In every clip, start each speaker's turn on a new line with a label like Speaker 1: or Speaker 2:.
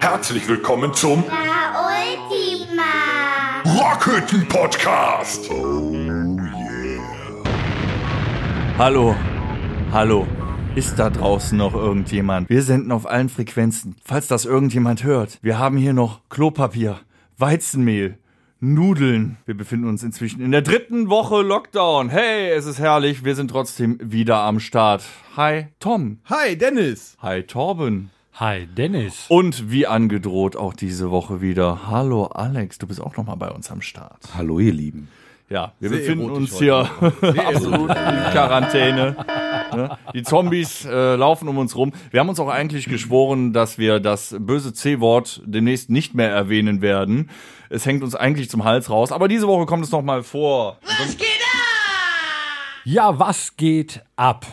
Speaker 1: Herzlich willkommen zum
Speaker 2: La última.
Speaker 1: Rockhütten Podcast. Oh yeah.
Speaker 3: Hallo, hallo. Ist da draußen noch irgendjemand? Wir senden auf allen Frequenzen. Falls das irgendjemand hört, wir haben hier noch Klopapier, Weizenmehl, Nudeln. Wir befinden uns inzwischen in der dritten Woche Lockdown. Hey, es ist herrlich. Wir sind trotzdem wieder am Start. Hi, Tom.
Speaker 4: Hi, Dennis.
Speaker 3: Hi, Torben.
Speaker 5: Hi, Dennis.
Speaker 3: Und wie angedroht auch diese Woche wieder. Hallo, Alex. Du bist auch nochmal bei uns am Start.
Speaker 6: Hallo ihr Lieben.
Speaker 3: Ja, wir
Speaker 4: Sehr
Speaker 3: befinden
Speaker 4: erotisch
Speaker 3: uns hier
Speaker 4: also,
Speaker 3: absolut in Quarantäne. Ne? Die Zombies äh, laufen um uns rum. Wir haben uns auch eigentlich geschworen, dass wir das böse C-Wort demnächst nicht mehr erwähnen werden. Es hängt uns eigentlich zum Hals raus, aber diese Woche kommt es nochmal vor.
Speaker 5: Ja, was geht ab?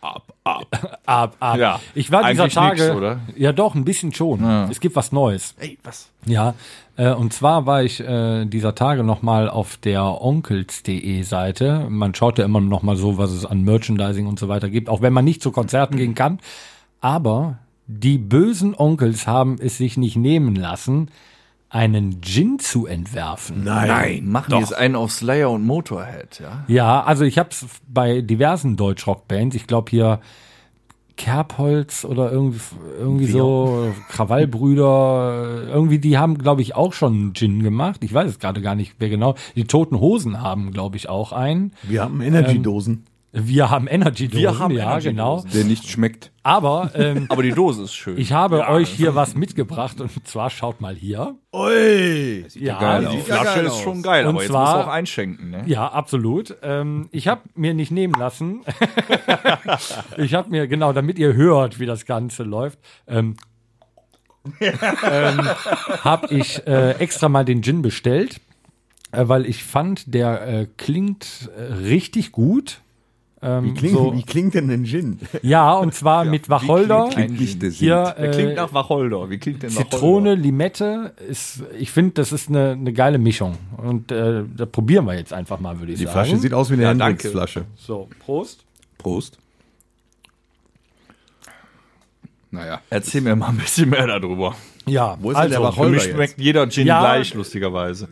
Speaker 5: Ab, ab. ab, ab.
Speaker 3: Ja,
Speaker 5: ich war dieser
Speaker 3: eigentlich
Speaker 5: Tage.
Speaker 3: nix, oder?
Speaker 5: Ja, doch, ein bisschen schon. Es gibt was Neues.
Speaker 3: Ey, was?
Speaker 5: Ja, äh, und zwar war ich äh, dieser Tage nochmal auf der onkels.de Seite. Man schaut ja immer nochmal so, was es an Merchandising und so weiter gibt, auch wenn man nicht zu Konzerten gehen kann. Aber die bösen Onkels haben es sich nicht nehmen lassen, einen Gin zu entwerfen.
Speaker 4: ähm,
Speaker 3: Nein, machen die jetzt einen auf Slayer und Motorhead, ja?
Speaker 5: Ja, also ich hab's bei diversen Deutschrock-Bands, ich glaube hier Kerbholz oder irgendwie, irgendwie so, Krawallbrüder, irgendwie, die haben, glaube ich, auch schon einen Gin gemacht. Ich weiß es gerade gar nicht, wer genau. Die Toten Hosen haben, glaube ich, auch einen.
Speaker 4: Wir haben Energy-Dosen.
Speaker 5: Wir haben energy
Speaker 3: Wir haben
Speaker 5: ja, genau.
Speaker 6: Der nicht schmeckt.
Speaker 5: Aber ähm,
Speaker 3: Aber also die Dose ist schön.
Speaker 5: ich habe euch hier was mitgebracht und zwar schaut mal hier.
Speaker 4: Ui.
Speaker 5: Ja,
Speaker 6: geil
Speaker 3: die
Speaker 6: aus.
Speaker 3: Flasche
Speaker 4: geil
Speaker 3: ist
Speaker 4: aus.
Speaker 3: schon geil,
Speaker 5: Und
Speaker 3: aber jetzt
Speaker 5: zwar-
Speaker 3: musst du auch einschenken, ne?
Speaker 5: Ja, absolut. Ähm, ich habe mir nicht nehmen lassen. ich habe mir, genau, damit ihr hört, wie das Ganze läuft, ähm, ähm, habe ich äh, extra mal den Gin bestellt, äh, weil ich fand, der äh, klingt äh, richtig gut. Ähm,
Speaker 4: Wie klingt,
Speaker 5: so,
Speaker 4: wie klingt denn ein Gin?
Speaker 5: ja, und zwar mit Wacholder.
Speaker 6: Klingt nicht der
Speaker 5: Hier,
Speaker 3: Der klingt
Speaker 5: äh,
Speaker 3: nach Wacholder. Wie klingt denn
Speaker 5: Zitrone, Limette, ist, ich finde, das ist eine, eine geile Mischung. Und äh, da probieren wir jetzt einfach mal, würde ich
Speaker 4: Die
Speaker 5: sagen.
Speaker 4: Flasche sieht aus wie eine
Speaker 3: Ja,
Speaker 4: ja,
Speaker 3: danke.
Speaker 4: Hendrix-Flasche.
Speaker 5: so, Prost.
Speaker 6: Prost. Naja.
Speaker 3: Erzähl mir mal ein bisschen mehr darüber.
Speaker 5: Ja, also,
Speaker 4: Wo ist denn der
Speaker 3: Für mich
Speaker 4: Wacholder jetzt?
Speaker 3: schmeckt jeder Gin
Speaker 5: Ja.
Speaker 3: gleich, lustigerweise.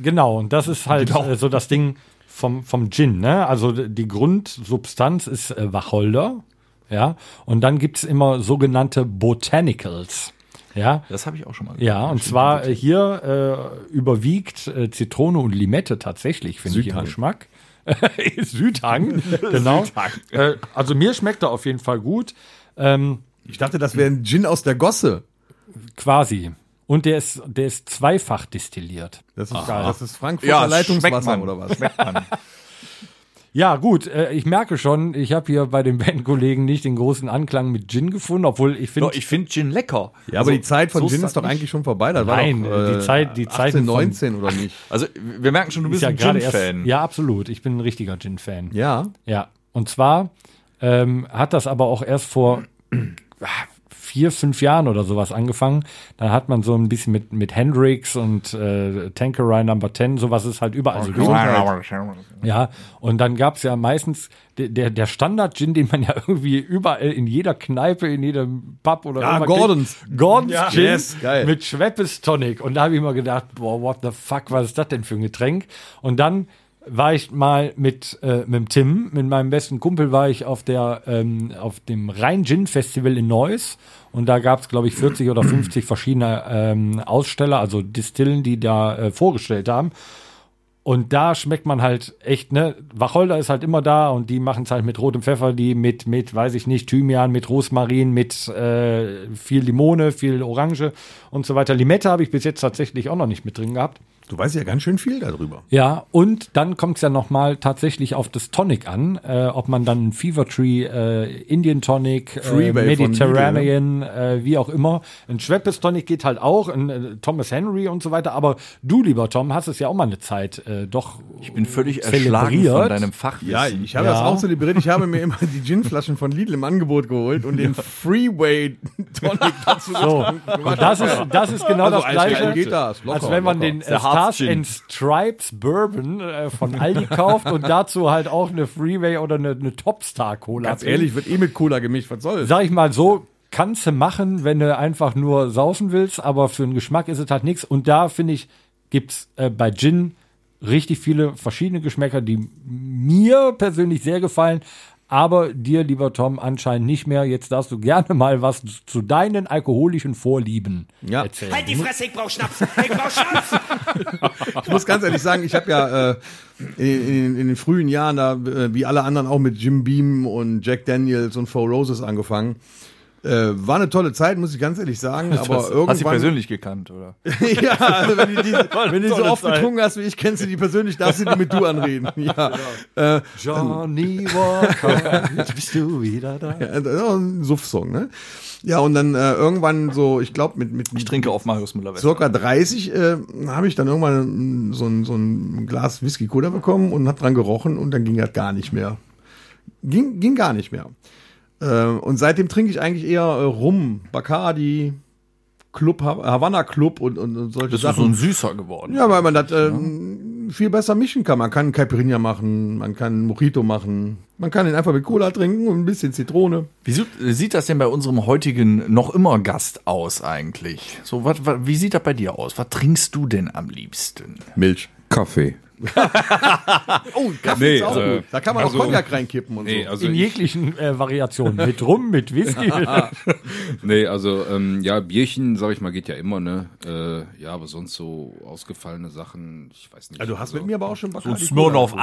Speaker 5: Genau, und das ist halt äh, so das Ding vom, vom Gin. Ne? Also d- die Grundsubstanz ist äh, Wacholder. Ja, und dann gibt's immer sogenannte Botanicals. Ja,
Speaker 3: Das habe ich auch schon mal
Speaker 5: ja und zwar äh, hier äh, überwiegt äh, Zitrone und Limette tatsächlich, finde ich im Geschmack. Südhang, genau. Äh, also mir schmeckt er auf jeden Fall gut. Ähm,
Speaker 4: Ich dachte, das wäre ein Gin aus der Gosse.
Speaker 5: quasi. Und der ist, der ist zweifach destilliert.
Speaker 4: Das ist, das ist Frankfurter
Speaker 3: Ja, schmeckt
Speaker 4: Leitungswasser
Speaker 3: man.
Speaker 4: oder was?
Speaker 5: Ja, gut, äh, ich merke schon, ich habe hier bei den Bandkollegen nicht den großen Anklang mit Gin gefunden, obwohl ich finde,
Speaker 3: Doch, ich finde Gin lecker. Also
Speaker 4: Ja, aber die Zeit von
Speaker 3: so
Speaker 4: Gin
Speaker 3: das
Speaker 4: ist doch
Speaker 3: nicht.
Speaker 4: eigentlich schon vorbei. Das
Speaker 5: Nein,
Speaker 4: war doch,
Speaker 5: die Zeit- die
Speaker 4: 18,
Speaker 5: Zeiten von-
Speaker 4: 19 oder nicht?
Speaker 3: Also, wir merken schon, du
Speaker 5: ich
Speaker 3: bist
Speaker 5: ja
Speaker 3: ein
Speaker 5: gerade erst.
Speaker 3: Gin-Fan.
Speaker 5: Ja, absolut, ich bin ein richtiger Gin-Fan. Ja.
Speaker 4: Ja.
Speaker 5: und zwar ähm, hat das aber auch erst vor ah, vier, fünf Jahren oder sowas angefangen. Dann hat man so ein bisschen mit, mit Hendrix und äh, Tankerai Number 10, sowas ist halt überall so gewesen. Ja, und dann gab's ja meistens de- der, der Standard-Gin, den man ja irgendwie überall in jeder Kneipe, in jedem Pub oder
Speaker 4: Ja,
Speaker 5: immer
Speaker 4: Gordons.
Speaker 5: Kriegt. Gordons
Speaker 4: Ja.
Speaker 5: Gin
Speaker 4: Yes, geil.
Speaker 5: mit Schweppes Tonic. Und da habe ich immer gedacht, boah, what the fuck, was ist das denn für ein Getränk? Und dann war ich mal mit, äh, mit dem Tim, mit meinem besten Kumpel, war ich auf der ähm, auf dem Rhein-Gin-Festival in Neuss und da gab's glaub glaube ich, 40 oder 50 verschiedene ähm, Aussteller, also Distillen, die da äh, vorgestellt haben. Und da schmeckt man halt echt, ne? Wacholder ist halt immer da und die machen es halt mit rotem Pfeffer, die mit, mit, weiß ich nicht, Thymian, mit Rosmarin, mit äh, viel Limone, viel Orange und so weiter. Limette habe ich bis jetzt tatsächlich auch noch nicht mit drin gehabt.
Speaker 4: Du weißt ja ganz schön viel darüber.
Speaker 5: Ja, und dann kommt es ja nochmal tatsächlich auf das Tonic an, äh, ob man dann Fever Tree, äh, Indian Tonic, äh,
Speaker 4: Freeway von ne?
Speaker 5: Mediterranean, äh, wie auch immer. Ein Schweppes Tonic geht halt auch, ein äh, Thomas Henry und so weiter. Aber du, lieber Tom, hast es ja auch mal eine Zeit äh, doch.
Speaker 3: Ich bin völlig erschlagen von
Speaker 5: Zelebriert.
Speaker 3: deinem Fachwissen.
Speaker 4: Ja, ich habe
Speaker 5: Ja.
Speaker 4: das auch zelebriert. Ich habe mir immer die Ginflaschen von Lidl im Angebot geholt und den Freeway Tonic dazu.
Speaker 5: So, und das ist, das ist genau
Speaker 4: Also
Speaker 5: das genau
Speaker 4: als Geil
Speaker 5: Gleiche,
Speaker 4: geht das. Locker,
Speaker 5: als wenn man
Speaker 4: locker.
Speaker 5: den
Speaker 3: der
Speaker 5: äh,
Speaker 3: Harvey
Speaker 5: Stars
Speaker 3: Gin.
Speaker 5: and Stripes Bourbon äh, von Aldi kauft und dazu halt auch eine Freeway oder eine, eine Topstar Cola.
Speaker 4: Ganz ehrlich, wird eh mit Cola gemischt, was soll's?
Speaker 5: Sag ich mal so, kannst du machen, wenn du einfach nur saufen willst, aber für den Geschmack ist es halt nichts. Und da finde ich, gibt's äh, bei Gin richtig viele verschiedene Geschmäcker, die mir persönlich sehr gefallen. Aber dir, lieber Tom, anscheinend nicht mehr. Jetzt darfst du gerne mal was zu deinen alkoholischen Vorlieben
Speaker 4: Ja.
Speaker 5: erzählen.
Speaker 7: Halt die Fresse, ich brauch Schnaps. Ich brauch Schnaps.
Speaker 4: Ich muss ganz ehrlich sagen, ich habe ja äh, in, in, in den frühen Jahren da, äh, wie alle anderen auch mit Jim Beam und Jack Daniels und Four Roses angefangen. Äh, war eine tolle Zeit, muss ich ganz ehrlich sagen. Aber irgendwann.
Speaker 3: Hast du persönlich gekannt, oder?
Speaker 4: ja, also wenn du die, wenn du so
Speaker 3: tolle
Speaker 4: oft
Speaker 3: Zeit.
Speaker 4: getrunken hast wie ich, kennst du die persönlich, darfst du die mit du anreden. Ja. Äh,
Speaker 5: Johnny Walker, jetzt bist du wieder da.
Speaker 4: ja, das ist auch ein Suff-Song, ne? Ja, und dann äh, irgendwann so, ich glaube, mit, mit
Speaker 3: Ich trinke auf Marius müller westphal
Speaker 4: circa 30 äh, habe ich dann irgendwann mm, so ein, so ein Glas Whisky Cola bekommen und habe dran gerochen und dann ging das gar nicht mehr. Ging, ging gar nicht mehr. Äh, und seitdem trinke ich eigentlich eher äh, Rum, Bacardi, Club, Ha- Havanna Club und, und, und solche
Speaker 3: Bist du so
Speaker 4: Sachen.
Speaker 3: ein Süßer geworden?
Speaker 4: ja, weil man das ähm, viel besser mischen kann. Man kann Caipirinha machen, man kann Mojito machen, man kann ihn einfach mit Cola trinken und ein bisschen Zitrone.
Speaker 3: Wie sieht, sieht das denn bei unserem heutigen noch immer Gast aus eigentlich? So, wat, wat, wie sieht das bei dir aus? Was trinkst du denn am liebsten?
Speaker 4: Milch.
Speaker 6: Kaffee.
Speaker 4: Oh, Kaffee
Speaker 6: Nee,
Speaker 4: ist auch
Speaker 6: äh,
Speaker 4: gut. Da kann man
Speaker 6: also-
Speaker 4: auch Cognac reinkippen und so.
Speaker 6: also
Speaker 5: In jeglichen äh, Variationen. Mit Rum, mit Whisky.
Speaker 3: Ah,
Speaker 6: Nee, also ähm, ja, Bierchen, sag ich mal, geht ja immer, ne? Äh, ja, aber sonst so ausgefallene Sachen, ich weiß nicht. Also
Speaker 4: Ja, Ah, Also du hast mit mir aber auch schon Bacardi
Speaker 3: Eis.
Speaker 6: Smirnoff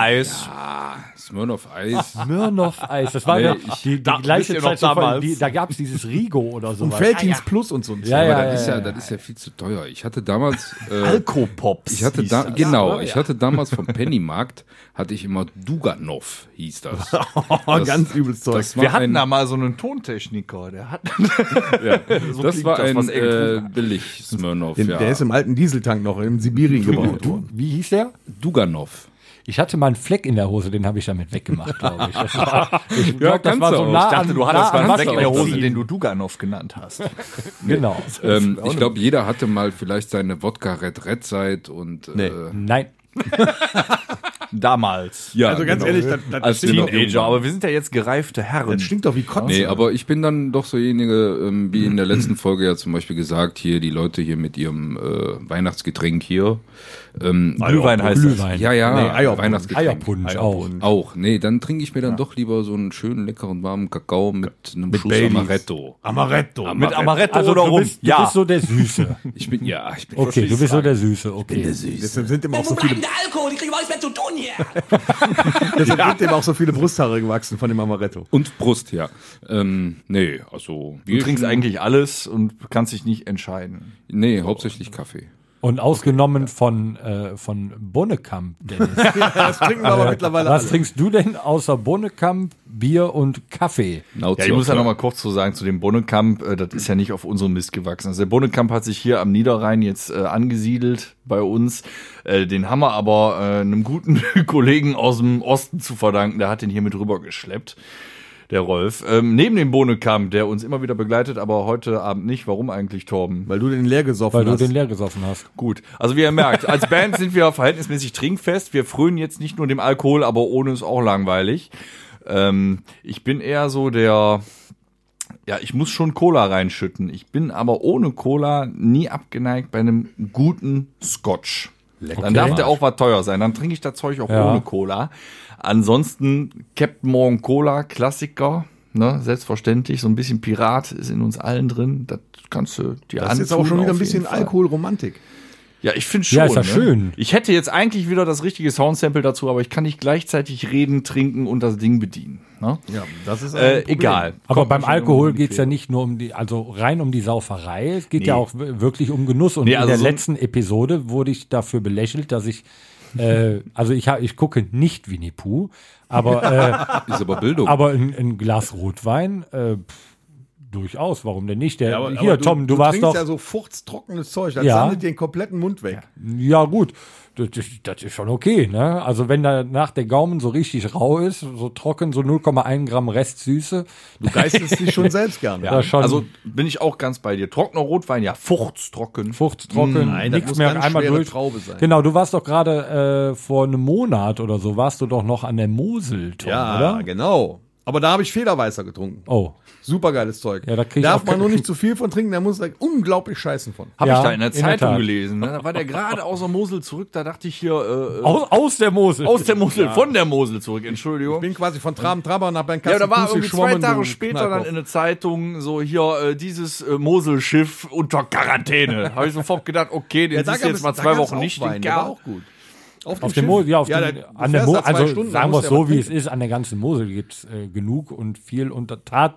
Speaker 6: Eis.
Speaker 5: Smirnoff Eis. Das war
Speaker 6: Nee,
Speaker 5: ja
Speaker 6: ich-
Speaker 5: die, die
Speaker 3: da- wisst
Speaker 5: gleiche
Speaker 3: ihr noch
Speaker 5: Zeit. so
Speaker 3: damals?
Speaker 5: von- Die, da gab es dieses Rigo oder so.
Speaker 4: Und Feltins Plus und so ein
Speaker 5: Ja,
Speaker 4: Zeug.
Speaker 5: ja,
Speaker 6: aber das,
Speaker 5: ja,
Speaker 6: ist
Speaker 5: ja,
Speaker 6: ja, das ist ja viel zu teuer. Ich hatte damals. Äh,
Speaker 3: Alkopops.
Speaker 6: ich hatte
Speaker 3: hieß
Speaker 6: da,
Speaker 3: das.
Speaker 6: genau, ich hatte damals vom Pennymarkt, hatte ich immer Duganov, hieß das.
Speaker 4: Oh,
Speaker 6: das
Speaker 4: ganz übles Zeug.
Speaker 6: das war
Speaker 3: Wir hatten
Speaker 6: ein,
Speaker 3: da mal so einen Tontechniker, der hat. so
Speaker 6: das
Speaker 3: klingt
Speaker 6: war ein
Speaker 3: was er
Speaker 6: äh,
Speaker 3: getrunken hat.
Speaker 6: billig Smirnoff,
Speaker 4: Den,
Speaker 6: ja.
Speaker 4: Der ist im alten Dieseltank noch in Sibirien gebaut worden.
Speaker 5: Wie hieß der?
Speaker 6: Duganov.
Speaker 5: Ich hatte mal einen Fleck in der Hose, den habe ich damit weggemacht, glaube ich. Das war, ich glaub,
Speaker 6: kannst du auch.
Speaker 5: nah
Speaker 6: Ich
Speaker 5: an-
Speaker 3: dachte, du
Speaker 5: nah
Speaker 3: hattest
Speaker 5: an
Speaker 3: einen Dreck in der
Speaker 5: Wasser
Speaker 3: Hose,
Speaker 5: ziehen.
Speaker 3: den du Duganov genannt hast.
Speaker 5: Genau.
Speaker 6: Ähm, ich glaube, jeder hatte mal vielleicht seine Wodka Red Red Zeit und
Speaker 4: Nee.
Speaker 6: äh,
Speaker 5: Nein.
Speaker 3: Damals.
Speaker 6: ja,
Speaker 4: Also ganz ehrlich, das, das,
Speaker 6: als
Speaker 4: stinkt, doch,
Speaker 3: Teenager, aber wir sind ja jetzt gereifte Herren.
Speaker 4: das stinkt doch wie Kotze.
Speaker 6: Nee, aber ich bin dann doch sojenige, ähm, wie in der letzten Folge ja zum Beispiel gesagt, hier die Leute hier mit ihrem äh, Weihnachtsgetränk hier. Ähm,
Speaker 3: Glühwein heißt das.
Speaker 5: Glühwein.
Speaker 6: ja, ja,
Speaker 4: Nee, Eierpunsch.
Speaker 6: Weihnachtsgetränk.
Speaker 5: Eierpunsch auch.
Speaker 6: Auch, nee, dann trinke ich mir dann doch lieber so einen schönen, leckeren, warmen Kakao mit einem Schuss
Speaker 4: Baileys.
Speaker 6: Amaretto.
Speaker 4: Amaretto.
Speaker 3: Mit Amaretto
Speaker 5: Also
Speaker 3: oder
Speaker 5: du
Speaker 3: rum.
Speaker 5: bist, du bist so der Süße.
Speaker 6: Ich bin, ja, ich bin
Speaker 5: Okay, du bist so der Süße. Okay.
Speaker 4: Deshalb sind ihm auch
Speaker 7: Wo
Speaker 4: so
Speaker 7: bleibt denn
Speaker 4: viele,
Speaker 7: der Alkohol? Ich krieg überhaupt nichts mehr zu tun hier.
Speaker 4: deshalb sind ihm auch so viele Brusthaare gewachsen von dem Amaretto.
Speaker 6: Und Brust, ja. Ähm, nee, also.
Speaker 3: Du trinkst eigentlich alles und kannst dich nicht entscheiden.
Speaker 6: Nee, hauptsächlich Kaffee.
Speaker 5: Und ausgenommen von, äh, von Bonnekamp, Dennis.
Speaker 4: Das trinken wir aber mittlerweile
Speaker 5: Was trinkst du denn außer Bonnekamp, Bier und Kaffee?
Speaker 3: Ja, ich muss ja noch mal kurz zu sagen zu dem Bonnekamp. äh, Das ist ja nicht auf unserem Mist gewachsen. Also der Bonnekamp hat sich hier am Niederrhein jetzt äh, angesiedelt bei uns. Äh, den haben wir aber äh, einem guten Kollegen aus dem Osten zu verdanken. Der hat den hier mit rübergeschleppt. Der Rolf. Ähm, neben dem Bohnekamp, der uns immer wieder begleitet, aber heute Abend nicht. Warum eigentlich, Torben?
Speaker 4: Weil du den leer gesoffen
Speaker 5: Weil du
Speaker 4: hast.
Speaker 5: den leer gesoffen hast.
Speaker 3: Gut. Also wie ihr merkt, als Band sind wir verhältnismäßig trinkfest. Wir frönen jetzt nicht nur dem Alkohol, aber ohne ist auch langweilig. Ähm, ich bin eher so der, ja, ich muss schon Cola reinschütten. Ich bin aber ohne Cola nie abgeneigt bei einem guten Scotch. Dann darf der auch was teuer sein. Dann trinke ich das Zeug auch
Speaker 5: Ja.
Speaker 3: ohne Cola. Ansonsten Captain Morgan Cola, Klassiker. Ne, selbstverständlich, so ein bisschen Pirat ist in uns allen drin. Das kannst du dir
Speaker 4: das ist jetzt auch
Speaker 3: antun,
Speaker 4: schon wieder
Speaker 3: auf
Speaker 4: ein bisschen
Speaker 3: jeden Fall.
Speaker 4: Alkoholromantik.
Speaker 3: Ja, ich finde schon.
Speaker 5: Ja, ist ja schön.
Speaker 3: Ich hätte jetzt eigentlich wieder das richtige Soundsample dazu, aber ich kann nicht gleichzeitig reden, trinken und das Ding bedienen. Ne?
Speaker 4: Ja, das ist
Speaker 3: Äh, egal.
Speaker 5: Aber beim Alkohol geht's ja nicht nur um die, also rein um die Sauferei, es geht ja auch w- wirklich um Genuss. Und
Speaker 3: Nee,
Speaker 5: in
Speaker 3: also
Speaker 5: der
Speaker 3: so ein-
Speaker 5: letzten Episode wurde ich dafür belächelt, dass ich, äh, also ich, ha- ich gucke nicht Winnie Pooh, aber, äh,
Speaker 6: Ist aber Bildung.
Speaker 5: aber ein, ein Glas Rotwein, äh, pff, Durchaus, warum denn nicht? Der,
Speaker 4: Ja, aber-
Speaker 5: hier,
Speaker 4: aber
Speaker 5: Tom, du,
Speaker 4: du
Speaker 5: warst
Speaker 4: trinkst
Speaker 5: doch.
Speaker 4: ja so furztrockenes Zeug, das
Speaker 5: Ja.
Speaker 4: sandet dir den kompletten Mund weg.
Speaker 5: Ja, gut. Das, das, das ist schon okay, ne? Also, wenn danach der Gaumen so richtig rau ist, so trocken, so 0,1 Gramm Restsüße,
Speaker 4: Du geistest dich schon selbst gern.
Speaker 5: da schon
Speaker 3: Also bin ich auch ganz bei dir. Trockener Rotwein, ja, furztrocken. Hm,
Speaker 5: furztrocken,
Speaker 4: Nein, das
Speaker 5: nichts
Speaker 4: muss
Speaker 5: mehr
Speaker 4: ganz
Speaker 5: einmal
Speaker 4: schwere
Speaker 5: durch.
Speaker 4: Traube sein.
Speaker 5: Genau, du warst doch gerade äh, vor einem Monat oder so, warst du doch noch an der Mosel, Tom,
Speaker 4: Ja,
Speaker 5: oder?
Speaker 4: genau. Aber da habe ich Federweißer getrunken.
Speaker 5: Oh,
Speaker 4: Supergeiles Zeug.
Speaker 5: Ja, da krieg ich
Speaker 4: Darf
Speaker 5: auch
Speaker 4: man
Speaker 5: keinen-
Speaker 4: nur nicht zu viel von trinken, da muss man unglaublich scheißen von.
Speaker 3: Habe
Speaker 5: Ja,
Speaker 3: ich da in der
Speaker 5: in der
Speaker 3: Zeitung
Speaker 5: Tat.
Speaker 3: gelesen. Ne? Da war der gerade aus der Mosel zurück, da dachte ich hier, äh, äh,
Speaker 5: aus, aus der Mosel.
Speaker 3: aus der Mosel, von der Mosel zurück, Entschuldigung.
Speaker 4: Ich bin quasi von Traben Traber nach Bernkastel
Speaker 3: Ja, da war irgendwie zwei Tage später dann in der Zeitung so hier äh, dieses äh, Moselschiff unter Quarantäne. Habe ich sofort gedacht, okay, den siehst du jetzt mal zwei Wochen nicht, den
Speaker 4: Wein, der war
Speaker 3: Kerl.
Speaker 4: auch gut. Auf,
Speaker 5: Auf dem Mosel, ja, auf
Speaker 4: da-
Speaker 5: dem,
Speaker 4: du
Speaker 5: an der
Speaker 4: fährst
Speaker 5: Mo
Speaker 4: da zwei
Speaker 5: also
Speaker 4: Stunden, da
Speaker 5: sagen wir
Speaker 4: musst
Speaker 5: es
Speaker 4: du ja
Speaker 5: so,
Speaker 4: was
Speaker 5: wie es
Speaker 4: trinken.
Speaker 5: ist, an der ganzen Mosel gibt's äh, genug und viel und da tat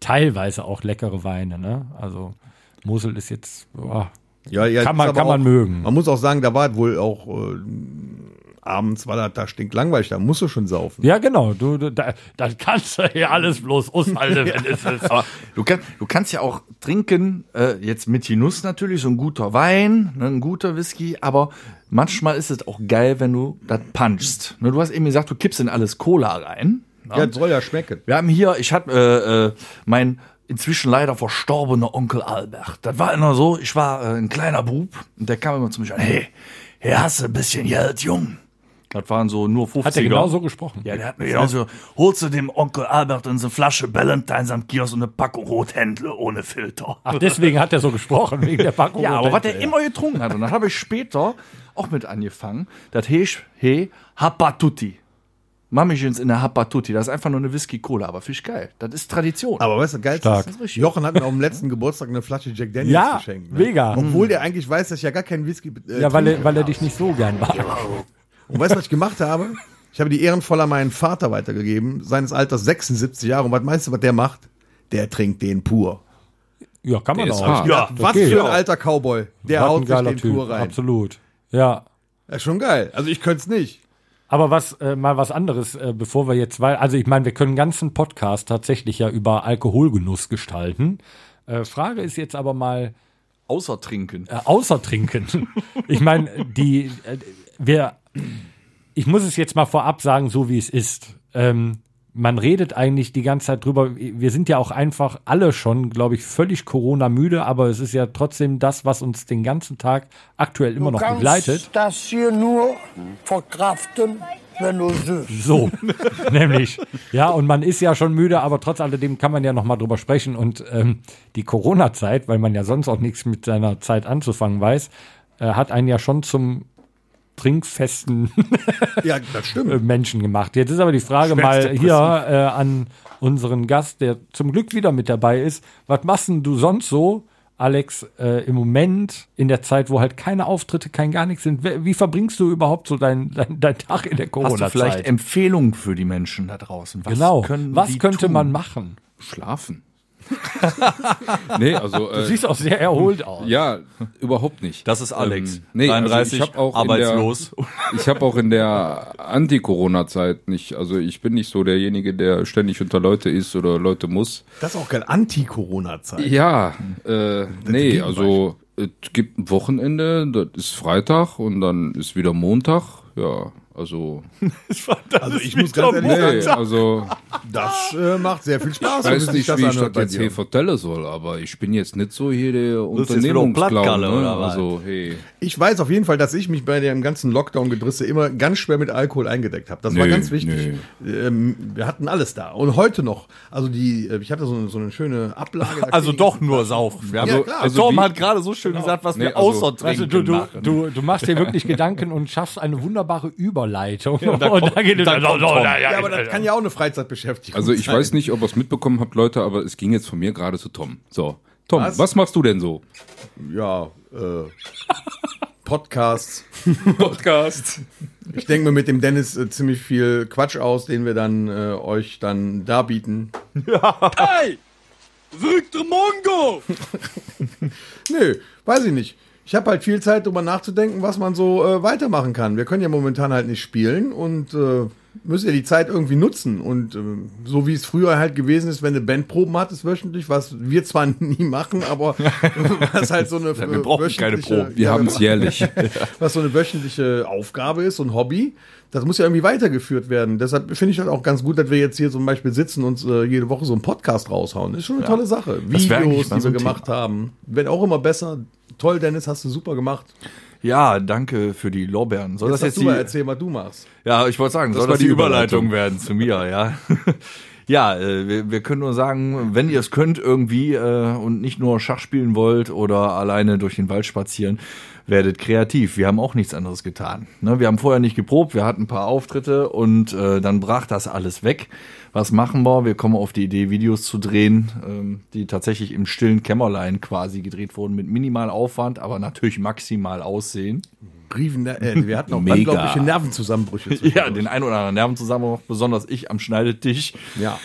Speaker 5: teilweise auch leckere Weine, ne? Also Mosel ist jetzt, boah,
Speaker 4: Ja, ja,
Speaker 5: Kann
Speaker 4: ist
Speaker 5: man-
Speaker 4: aber
Speaker 5: kann man
Speaker 4: auch,
Speaker 5: mögen.
Speaker 4: Man muss auch sagen, da war wohl auch äh, abends, war da, da stinkt langweilig, da musst du schon saufen.
Speaker 5: ja genau, du, du da, dann kannst du ja alles bloß aushalten, wenn es ist.
Speaker 3: Aber du, kann, du kannst ja auch trinken, äh, jetzt mit Genuss natürlich, so ein guter Wein, ne, ein guter Whisky, aber manchmal ist es auch geil, wenn du das punchst. Ne, du hast eben gesagt, du kippst in alles Cola rein.
Speaker 4: Ja, das soll ja schmecken.
Speaker 3: Wir haben hier, ich hatte äh, äh, mein inzwischen leider verstorbener Onkel Albert. Das war immer so, ich war äh, ein kleiner Bub und der kam immer zu mir an, hey, hier hast du ein bisschen Geld, Jung. Das waren so nur 50er.
Speaker 5: Hat er genau so gesprochen?
Speaker 3: Ja, der hat mir genauso, holst du dem Onkel Albert unsere Flasche Ballantines am Kiosk und eine Packung Rothändle ohne Filter.
Speaker 5: Ach, deswegen hat er so gesprochen, wegen der Packung.
Speaker 3: Ja, aber was der
Speaker 5: Oh, ja.
Speaker 3: immer getrunken hat, und dann habe ich später auch mit angefangen, das heißt, hey, Hapatuti. Mamichens in der Hapatuti, das ist einfach nur eine Whisky-Cola, aber fisch geil. Das ist Tradition.
Speaker 4: Aber weißt du, geil
Speaker 5: Stark.
Speaker 4: ist, Jochen hat mir auf dem letzten Geburtstag eine Flasche Jack Daniels
Speaker 5: Ja,
Speaker 4: geschenkt. ne?
Speaker 5: mega. Hm.
Speaker 4: Obwohl der eigentlich weiß, dass ich ja gar keinen Whisky äh,
Speaker 5: Ja, weil er,
Speaker 4: trinke.
Speaker 5: weil er dich nicht so gern mag.
Speaker 4: Und weißt du, was ich gemacht habe? Ich habe die Ehrenvoll an meinen Vater weitergegeben, seines Alters 76 Jahre. Und was meinst du, was der macht? Der trinkt den pur.
Speaker 5: Ja, kann man
Speaker 6: Der ist
Speaker 5: auch.
Speaker 6: hart.
Speaker 5: Ja,
Speaker 4: was
Speaker 5: geht.
Speaker 4: für ein alter Cowboy. Der
Speaker 5: Was ein
Speaker 4: haut sich
Speaker 5: geiler
Speaker 4: den
Speaker 5: Typ,
Speaker 4: pur rein.
Speaker 5: Absolut. Ja.
Speaker 4: Das ist schon geil. Also ich könnte es nicht.
Speaker 5: Aber was äh, mal was anderes, äh, bevor wir jetzt, weil, also ich meine, wir können einen ganzen Podcast tatsächlich ja über Alkoholgenuss gestalten. Äh, Frage ist jetzt aber mal,
Speaker 3: Außer trinken.
Speaker 5: äh, außer trinken. Ich meine, die, äh, wir, ich muss es jetzt mal vorab sagen, so wie es ist. Ähm, man redet eigentlich die ganze Zeit drüber. Wir sind ja auch einfach alle schon, glaube ich, völlig Corona-müde, aber es ist ja trotzdem das, was uns den ganzen Tag aktuell immer noch begleitet.
Speaker 8: Du kannst das hier nur verkraften, wenn du süß
Speaker 5: So, nämlich. Ja, und man ist ja schon müde, aber trotz alledem kann man ja noch mal drüber sprechen. Und ähm, die Corona-Zeit, weil man ja sonst auch nichts mit seiner Zeit anzufangen weiß, äh, hat einen ja schon zum trinkfesten
Speaker 4: Ja, das stimmt.
Speaker 5: Menschen gemacht. Jetzt ist aber die Frage mal hier äh, an unseren Gast, der zum Glück wieder mit dabei ist. Was machst denn du sonst so, Alex, äh, im Moment, in der Zeit, wo halt keine Auftritte, kein gar nichts sind? Wer- Wie verbringst du überhaupt so deinen dein, dein Tag in der
Speaker 3: Hast du
Speaker 5: Corona-Zeit?
Speaker 3: vielleicht Empfehlungen für die Menschen da draußen? Was
Speaker 5: Genau.
Speaker 3: können
Speaker 5: Was
Speaker 3: die
Speaker 5: könnte
Speaker 3: tun?
Speaker 5: man machen?
Speaker 6: Schlafen. nee, also.
Speaker 5: Du
Speaker 6: äh,
Speaker 5: siehst auch sehr erholt aus.
Speaker 6: Ja, überhaupt nicht.
Speaker 3: Das ist Alex.
Speaker 6: Ähm, nee,
Speaker 3: 33,
Speaker 6: also ich hab auch
Speaker 3: arbeitslos.
Speaker 6: In der, ich habe auch in der Anti-Corona-Zeit nicht, also ich bin nicht so derjenige, der ständig unter Leute ist oder Leute muss.
Speaker 4: Das ist auch geil. Anti-Corona-Zeit.
Speaker 6: Ja, äh, nee, also es gibt ein Wochenende, das ist Freitag und dann ist wieder Montag. Ja, also.
Speaker 4: Also ich muss ganz ehrlich
Speaker 6: Nee,
Speaker 4: sagen,
Speaker 6: also
Speaker 4: das äh, macht sehr viel Spaß.
Speaker 6: ich
Speaker 4: wenn
Speaker 6: weiß
Speaker 4: sich
Speaker 6: nicht, wie ich
Speaker 4: anhört
Speaker 6: das
Speaker 4: bei
Speaker 6: jetzt
Speaker 4: dir.
Speaker 6: hier vertellen soll, aber ich bin jetzt nicht so hier der
Speaker 3: ist jetzt wieder auch
Speaker 6: Unternehmungsclown.
Speaker 3: Plattgalle,
Speaker 6: Ne?
Speaker 3: oder was?
Speaker 6: Also, hey.
Speaker 4: Ich weiß auf jeden Fall, dass ich mich bei dem ganzen Lockdown-Gedrisse immer ganz schwer mit Alkohol eingedeckt habe. Das war
Speaker 6: Nö,
Speaker 4: ganz wichtig. Ähm, wir hatten alles da. Und heute noch. Also die, äh, ich hatte so eine, so eine schöne Ablage. da
Speaker 3: Also
Speaker 4: stehen-
Speaker 3: doch nur saufen. Wir haben
Speaker 4: Ja,
Speaker 3: so-
Speaker 4: klar.
Speaker 3: der
Speaker 6: Also
Speaker 3: Torben
Speaker 6: wie-
Speaker 3: hat gerade so schön gesagt, was
Speaker 6: Nee,
Speaker 3: wir
Speaker 6: also-
Speaker 3: außer
Speaker 5: Also
Speaker 3: trinken
Speaker 5: du, du,
Speaker 3: machen.
Speaker 5: du, du machst dir wirklich Gedanken und schaffst eine wunderbare Überleitung. und dann, geht es
Speaker 3: dann kommt Tom.
Speaker 4: Ja, aber das kann ja auch eine Freizeitbeschäftigung
Speaker 6: Also ich
Speaker 4: sein.
Speaker 6: weiß nicht, ob ihr es mitbekommen habt, Leute, aber es ging jetzt von mir gerade zu Tom. So, Tom, was, machst du denn so?
Speaker 4: Ja, äh, Podcasts.
Speaker 6: Podcast.
Speaker 4: Ich denke mir mit dem Dennis äh, ziemlich viel Quatsch aus, den wir dann äh, euch dann darbieten. Ja. Hey! Rückt Mongo! Nö, weiß ich nicht. Ich habe halt viel Zeit, darüber nachzudenken, was man so äh, weitermachen kann. Wir können ja momentan halt nicht spielen und äh, müsst ihr die Zeit irgendwie nutzen. Und ähm, so wie es früher halt gewesen ist, wenn eine Band Proben hat, ist wöchentlich, was wir zwar nie machen, aber was halt so eine
Speaker 3: Wir brauchen keine Proben.
Speaker 6: Wir haben es jährlich.
Speaker 4: was so eine wöchentliche Aufgabe ist, so ein Hobby, das muss ja irgendwie weitergeführt werden. Deshalb finde ich halt auch ganz gut, dass wir jetzt hier zum Beispiel sitzen und äh, jede Woche so einen Podcast raushauen. Ist schon eine tolle Sache.
Speaker 3: Das wär eigentlich
Speaker 4: Videos,
Speaker 3: mal
Speaker 4: die
Speaker 3: so
Speaker 4: wir
Speaker 3: ein
Speaker 4: gemacht haben. Wenn auch immer besser. Toll, Dennis, hast du super gemacht.
Speaker 3: Ja, danke für die Lorbeeren. Soll das
Speaker 4: Sag
Speaker 3: jetzt
Speaker 4: du mal,
Speaker 3: die,
Speaker 4: erzähl mal, du machst.
Speaker 3: Ja, ich wollte sagen, soll
Speaker 6: war
Speaker 3: das die
Speaker 6: die
Speaker 3: Überleitung, werden zu mir, ja. ja, äh, wir, wir können nur sagen, wenn ihr es könnt irgendwie äh, und nicht nur Schach spielen wollt oder alleine durch den Wald spazieren, werdet kreativ. Wir haben auch nichts anderes getan. Ne? Wir haben vorher nicht geprobt, wir hatten ein paar Auftritte und äh, dann brach das alles weg. Was machen wir? Wir kommen auf die Idee, Videos zu drehen, ähm, die tatsächlich im stillen Kämmerlein quasi gedreht wurden, mit minimal Aufwand, aber natürlich maximal Aussehen.
Speaker 4: Briefen, äh, wir hatten auch
Speaker 6: Mega.
Speaker 4: unglaubliche Nervenzusammenbrüche.
Speaker 3: Ja,
Speaker 4: zwischendurch.
Speaker 3: den ein oder anderen Nervenzusammenbruch, besonders ich am Schneidetisch.
Speaker 4: ja.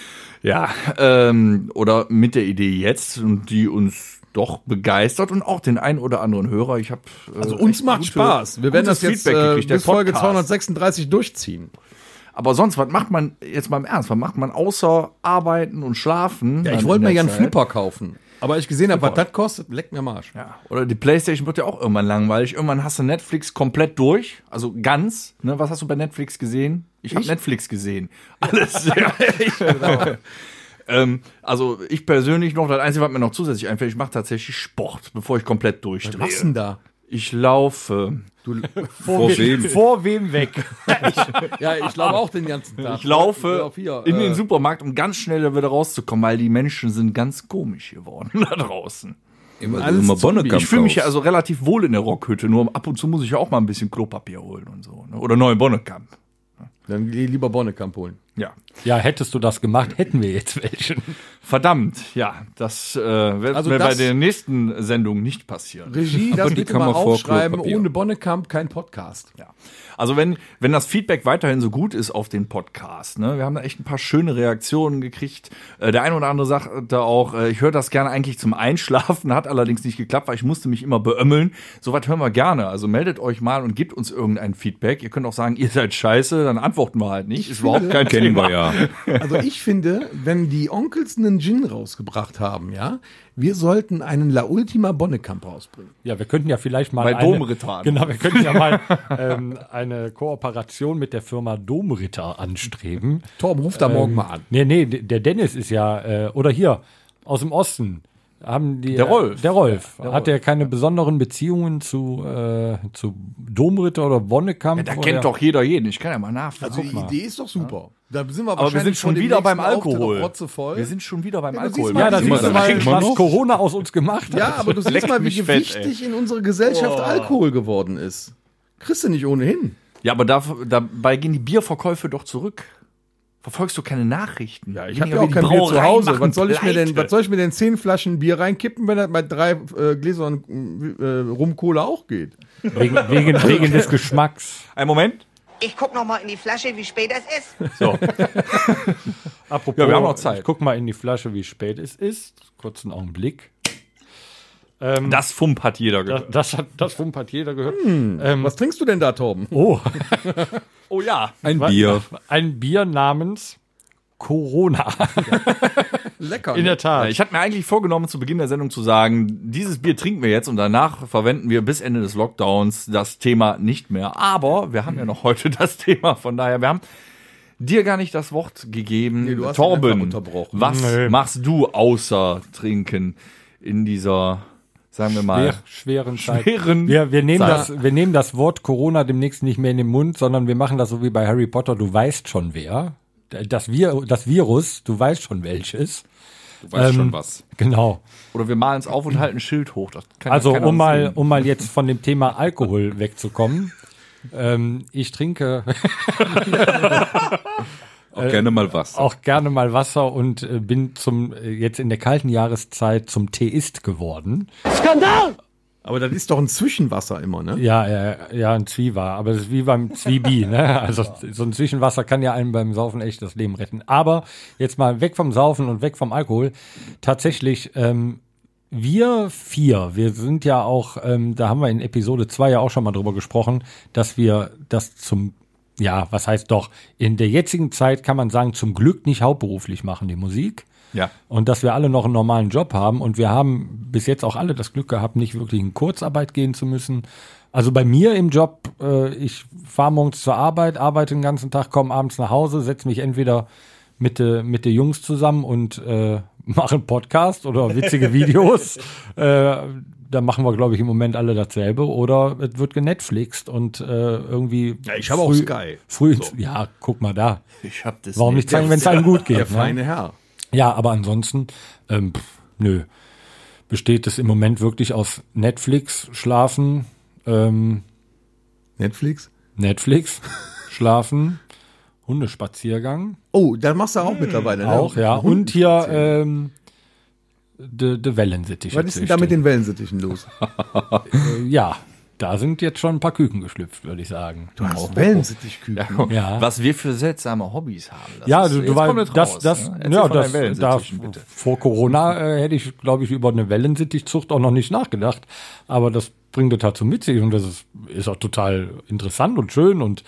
Speaker 3: Ja, ähm, oder mit der Idee jetzt und die uns doch begeistert und auch den ein oder anderen Hörer. Ich habe äh,
Speaker 4: Also uns
Speaker 3: echt
Speaker 4: macht
Speaker 3: gute-
Speaker 4: Spaß. Wir werden
Speaker 3: gutes
Speaker 4: das jetzt
Speaker 3: Feedback
Speaker 4: äh,
Speaker 3: gekriegt, der
Speaker 4: bis Folge
Speaker 3: Podcast.
Speaker 4: 236 durchziehen.
Speaker 3: Aber sonst, was macht man jetzt mal im Ernst? Was macht man außer arbeiten und schlafen?
Speaker 4: Ja,
Speaker 3: dann
Speaker 4: ich
Speaker 3: in
Speaker 4: wollte
Speaker 3: der
Speaker 4: mir ja einen
Speaker 3: Zeit?
Speaker 4: Flipper kaufen. Aber ich gesehen habe, was das kostet, leck mir Marsch.
Speaker 3: Ja. Oder die Playstation wird ja auch irgendwann langweilig. Irgendwann hast du Netflix komplett durch, also ganz. Ne? Was hast du bei Netflix gesehen? Ich habe Netflix gesehen. Alles. ja, ich, genau. ähm, also ich persönlich noch, das Einzige, was mir noch zusätzlich einfällt, ich mache tatsächlich Sport, bevor ich komplett durchdrehe.
Speaker 4: Was denn da?
Speaker 3: Ich laufe.
Speaker 4: Du,
Speaker 6: Vor wem?
Speaker 5: Vor wem weg?
Speaker 4: ja, ich laufe auch den ganzen Tag.
Speaker 3: Ich laufe
Speaker 4: auf hier,
Speaker 3: in
Speaker 4: äh,
Speaker 3: den Supermarkt, um ganz schnell da wieder rauszukommen, weil die Menschen sind ganz komisch geworden da draußen.
Speaker 6: Immer,
Speaker 4: Alles
Speaker 6: immer
Speaker 4: Zombie.
Speaker 6: Bonnekamp
Speaker 3: Ich fühle mich ja
Speaker 6: aus.
Speaker 3: also relativ wohl in der Rockhütte, nur ab und zu muss ich ja auch mal ein bisschen Klopapier holen und so. Ne? Oder neue Bonnekamp.
Speaker 4: Dann geh lieber Bonnekamp holen.
Speaker 3: Ja.
Speaker 5: Ja, hättest du das gemacht, hätten wir jetzt welchen.
Speaker 3: Verdammt, ja, das äh, wird
Speaker 4: Also
Speaker 3: mir bei
Speaker 4: das-
Speaker 3: der nächsten Sendung nicht passieren.
Speaker 4: Regie, das
Speaker 6: die
Speaker 4: bitte
Speaker 6: kann
Speaker 4: mal
Speaker 6: man vor
Speaker 4: aufschreiben.
Speaker 6: Klopapier.
Speaker 4: Ohne Bonnekamp kein Podcast.
Speaker 3: Ja. Also wenn, wenn das Feedback weiterhin so gut ist auf den Podcast, ne, wir haben da echt ein paar schöne Reaktionen gekriegt. Äh, der eine oder andere sagt da auch, äh, ich höre das gerne eigentlich zum Einschlafen, hat allerdings nicht geklappt, weil ich musste mich immer beömmeln. Sowas hören wir gerne. Also meldet euch mal und gebt uns irgendein Feedback. Ihr könnt auch sagen, ihr seid scheiße, dann antworten wir halt nicht. Ist überhaupt kein
Speaker 6: Kennen
Speaker 3: Thema.
Speaker 6: wir ja.
Speaker 4: Also ich finde, wenn die Onkels einen Gin rausgebracht haben, ja, wir sollten einen La Ultima Bonnekamp rausbringen.
Speaker 5: Ja, wir könnten ja vielleicht mal.
Speaker 3: Bei
Speaker 5: eine-
Speaker 3: Domritter an.
Speaker 5: Genau, wir könnten ja mal ähm, eine Kooperation mit der Firma Domritter anstreben.
Speaker 4: Torben, ruf da
Speaker 3: Ähm,
Speaker 4: morgen mal an.
Speaker 5: Nee, nee, d- der Dennis ist ja, äh, oder hier, aus dem Osten. Haben die,
Speaker 3: Der Rolf.
Speaker 5: Äh, der Rolf. Hat er keine besonderen Beziehungen zu, äh, zu Domritter oder Bonnekamp?
Speaker 3: Ja, da
Speaker 5: oder-
Speaker 3: kennt doch jeder jeden. Ich kann ja mal nachfragen.
Speaker 4: Also die Idee ist doch super. Da sind wir
Speaker 3: Aber wir sind
Speaker 4: wahrscheinlich
Speaker 3: schon
Speaker 4: den
Speaker 3: wieder beim
Speaker 4: nächsten Auftritt
Speaker 3: Alkohol.
Speaker 4: noch rotzevoll.
Speaker 3: Wir sind schon wieder beim
Speaker 4: Also, Ja, du siehst
Speaker 3: Alkohol.
Speaker 4: mal,
Speaker 5: Ja,
Speaker 4: das
Speaker 5: das
Speaker 4: sieht
Speaker 5: ist
Speaker 4: man
Speaker 5: mal,
Speaker 4: eigentlich
Speaker 6: immer
Speaker 5: was
Speaker 6: noch.
Speaker 5: Corona aus uns gemacht hat.
Speaker 4: Ja, aber du siehst
Speaker 3: Leckt
Speaker 4: mal, wie
Speaker 3: mich fett, Oh.
Speaker 4: gewichtig in unserer Gesellschaft Alkohol geworden ist. Kriegst du nicht ohnehin.
Speaker 3: Ja, aber da, dabei gehen die Bierverkäufe doch zurück. Verfolgst du keine Nachrichten? Ja,
Speaker 4: Ich habe ja auch kein Bier zu Hause. Was soll, ich mir denn, was soll ich mir denn zehn Flaschen Bier reinkippen, wenn das bei drei äh, Gläsern äh, Rumkohle auch geht?
Speaker 5: Wegen, wegen, wegen des Geschmacks.
Speaker 3: Ein Moment.
Speaker 9: Ich guck noch mal in die Flasche, wie spät es ist.
Speaker 3: So.
Speaker 5: Apropos,
Speaker 3: Ja, wir haben noch Zeit.
Speaker 5: Ich guck mal in die Flasche, wie spät es ist. Kurzen Augenblick.
Speaker 4: Hm.
Speaker 5: Ähm,
Speaker 3: Das Fump hat jeder
Speaker 5: das,
Speaker 3: gehört.
Speaker 5: das, hat, das Fump hat jeder gehört.
Speaker 4: Was trinkst du denn da, Torben?
Speaker 5: Oh,
Speaker 3: Oh ja.
Speaker 6: Ein Bier.
Speaker 5: ein Bier namens Corona.
Speaker 4: Lecker.
Speaker 5: In
Speaker 4: ne?
Speaker 5: der Tat.
Speaker 3: Ich hatte mir eigentlich vorgenommen, zu Beginn der Sendung zu sagen, dieses Bier trinken wir jetzt und danach verwenden wir bis Ende des Lockdowns das Thema nicht mehr. Aber wir
Speaker 4: Hm.
Speaker 3: haben ja noch heute das Thema, von daher, wir haben dir gar nicht das Wort gegeben.
Speaker 4: Nee, du hast ihn
Speaker 3: Torben,
Speaker 4: einfach unterbrochen.
Speaker 3: was
Speaker 5: Nee.
Speaker 3: machst du außer trinken in dieser, sagen wir mal,
Speaker 5: Schwer, schweren Zeit.
Speaker 3: Schweren
Speaker 5: wir, wir, nehmen
Speaker 3: Zeit.
Speaker 5: das, wir nehmen das Wort Corona demnächst nicht mehr in den Mund, sondern wir machen das so wie bei Harry Potter, du weißt schon wer. Das, Wir- das Virus, du weißt schon welches.
Speaker 6: Du weißt
Speaker 5: Ähm,
Speaker 6: schon was.
Speaker 5: Genau.
Speaker 3: Oder wir malen es auf und halten ein Schild hoch. Das kann ja
Speaker 5: Also
Speaker 3: keiner
Speaker 5: um mal,
Speaker 3: sehen.
Speaker 5: um mal jetzt von dem Thema Alkohol wegzukommen. Ähm, ich trinke
Speaker 6: Auch gerne mal was.
Speaker 5: auch gerne mal Wasser und äh, bin zum äh, jetzt in der kalten Jahreszeit zum Teeist geworden.
Speaker 4: Aber das ist doch ein Zwischenwasser immer, ne?
Speaker 5: Ja, ja, ja, ein Zwiewa, aber das ist wie beim Zwiebi, ne? Also so ein Zwischenwasser kann ja einem beim Saufen echt das Leben retten. Aber jetzt mal weg vom Saufen und weg vom Alkohol. Tatsächlich, ähm, wir vier, wir sind ja auch, ähm, da haben wir in Episode 2 ja auch schon mal drüber gesprochen, dass wir das zum ja, was heißt doch, in der jetzigen Zeit kann man sagen, zum Glück nicht hauptberuflich machen, die Musik.
Speaker 3: Ja.
Speaker 5: Und dass wir alle noch einen normalen Job haben und wir haben bis jetzt auch alle das Glück gehabt, nicht wirklich in Kurzarbeit gehen zu müssen. Also bei mir im Job, äh, ich fahre morgens zur Arbeit, arbeite den ganzen Tag, komme abends nach Hause, setze mich entweder mit, de- mit den Jungs zusammen und äh, mache einen Podcast oder witzige Videos. äh, da machen wir, glaube ich, im Moment alle dasselbe. Oder es wird genetflixt und äh, irgendwie. Ja,
Speaker 4: ich habe auch Sky.
Speaker 5: Früh ins, Ja, guck mal da.
Speaker 3: Ich hab das
Speaker 5: Warum nicht zeigen, wenn es einem gut geht?
Speaker 4: Der
Speaker 5: ne?
Speaker 4: feine Herr.
Speaker 5: Ja, aber ansonsten, ähm, pff, nö. Besteht es im Moment wirklich aus Netflix, Schlafen, ähm,
Speaker 4: Netflix?
Speaker 5: Netflix, Schlafen, Hundespaziergang,
Speaker 4: Oh, da machst du auch mittlerweile, ne?
Speaker 5: auch, ja. Und hier, ähm, de, de Wellensittich.
Speaker 4: Was ist denn da mit den Wellensittichen los?
Speaker 5: Ja, da sind jetzt schon ein paar Küken geschlüpft, würde ich sagen.
Speaker 4: Du hast Wellensittichküken.
Speaker 5: Ja.
Speaker 3: Was wir für seltsame Hobbys haben. Das
Speaker 5: Ja,
Speaker 3: ist-
Speaker 5: du, du
Speaker 3: jetzt kommt
Speaker 5: weißt, das,
Speaker 3: raus,
Speaker 5: das,
Speaker 3: ne?
Speaker 5: ja,
Speaker 3: Erzähl von
Speaker 5: das,
Speaker 3: deinen
Speaker 5: da,
Speaker 3: Wellensittichen, bitte.
Speaker 5: vor Corona äh, hätte ich, glaube ich, über eine Wellensittichzucht auch noch nicht nachgedacht. Aber das bringt es halt so mit sich und das ist, ist auch total interessant und schön und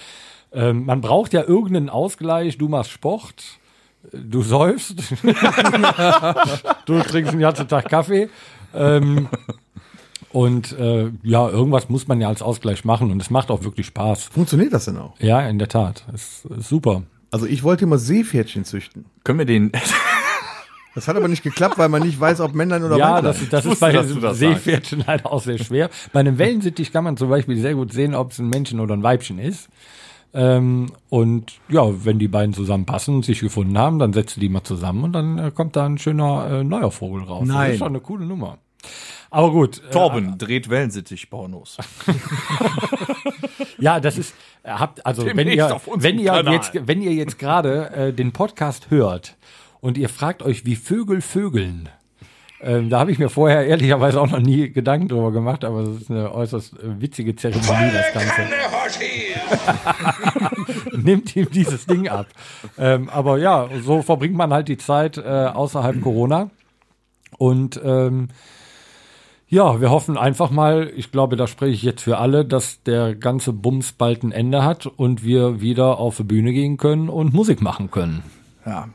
Speaker 5: ähm, man braucht ja irgendeinen Ausgleich. Du machst Sport, äh, du säufst, du trinkst den ganzen Tag Kaffee. Ähm, und äh, ja, irgendwas muss man ja als Ausgleich machen und es macht auch wirklich Spaß.
Speaker 4: Funktioniert das denn auch?
Speaker 5: Ja, in der Tat. Es ist super.
Speaker 4: Also ich wollte immer Seepferdchen züchten.
Speaker 3: Können wir den.
Speaker 4: Das hat aber nicht geklappt, weil man nicht weiß, ob Männlein oder
Speaker 5: Ja,
Speaker 4: Weiblein.
Speaker 5: das, das ist
Speaker 3: wusste,
Speaker 5: bei
Speaker 3: dass du das
Speaker 5: Seepferdchen halt auch sehr schwer. Bei einem Wellensittich kann man zum Beispiel sehr gut sehen, ob es ein Männchen oder ein Weibchen ist. Ähm, und ja, wenn die beiden zusammenpassen und sich gefunden haben, dann setzt du die mal zusammen und dann äh, kommt da ein schöner äh, neuer Vogel raus. Das
Speaker 4: Nein.
Speaker 5: ist schon eine coole Nummer. Aber gut. äh,
Speaker 3: Torben dreht Wellensittich-Pornos.
Speaker 5: Ja, das ist habt also wenn
Speaker 3: Demnächst
Speaker 5: ihr
Speaker 3: auf unserem
Speaker 5: wenn ihr
Speaker 3: Kanal.
Speaker 5: jetzt wenn ihr jetzt gerade äh, den Podcast hört und ihr fragt euch, wie Vögel vögeln. Ähm, da habe ich mir vorher ehrlicherweise auch noch nie Gedanken drüber gemacht, aber es ist eine äußerst äh, witzige Zeremonie das Ganze. Nimmt ihm dieses Ding ab. Ähm, aber ja, so verbringt man halt die Zeit äh, außerhalb Corona und ähm, ja, wir hoffen einfach mal, ich glaube, da spreche ich jetzt für alle, dass der ganze Bums bald ein Ende hat und wir wieder auf die Bühne gehen können und Musik machen können.
Speaker 3: Ja.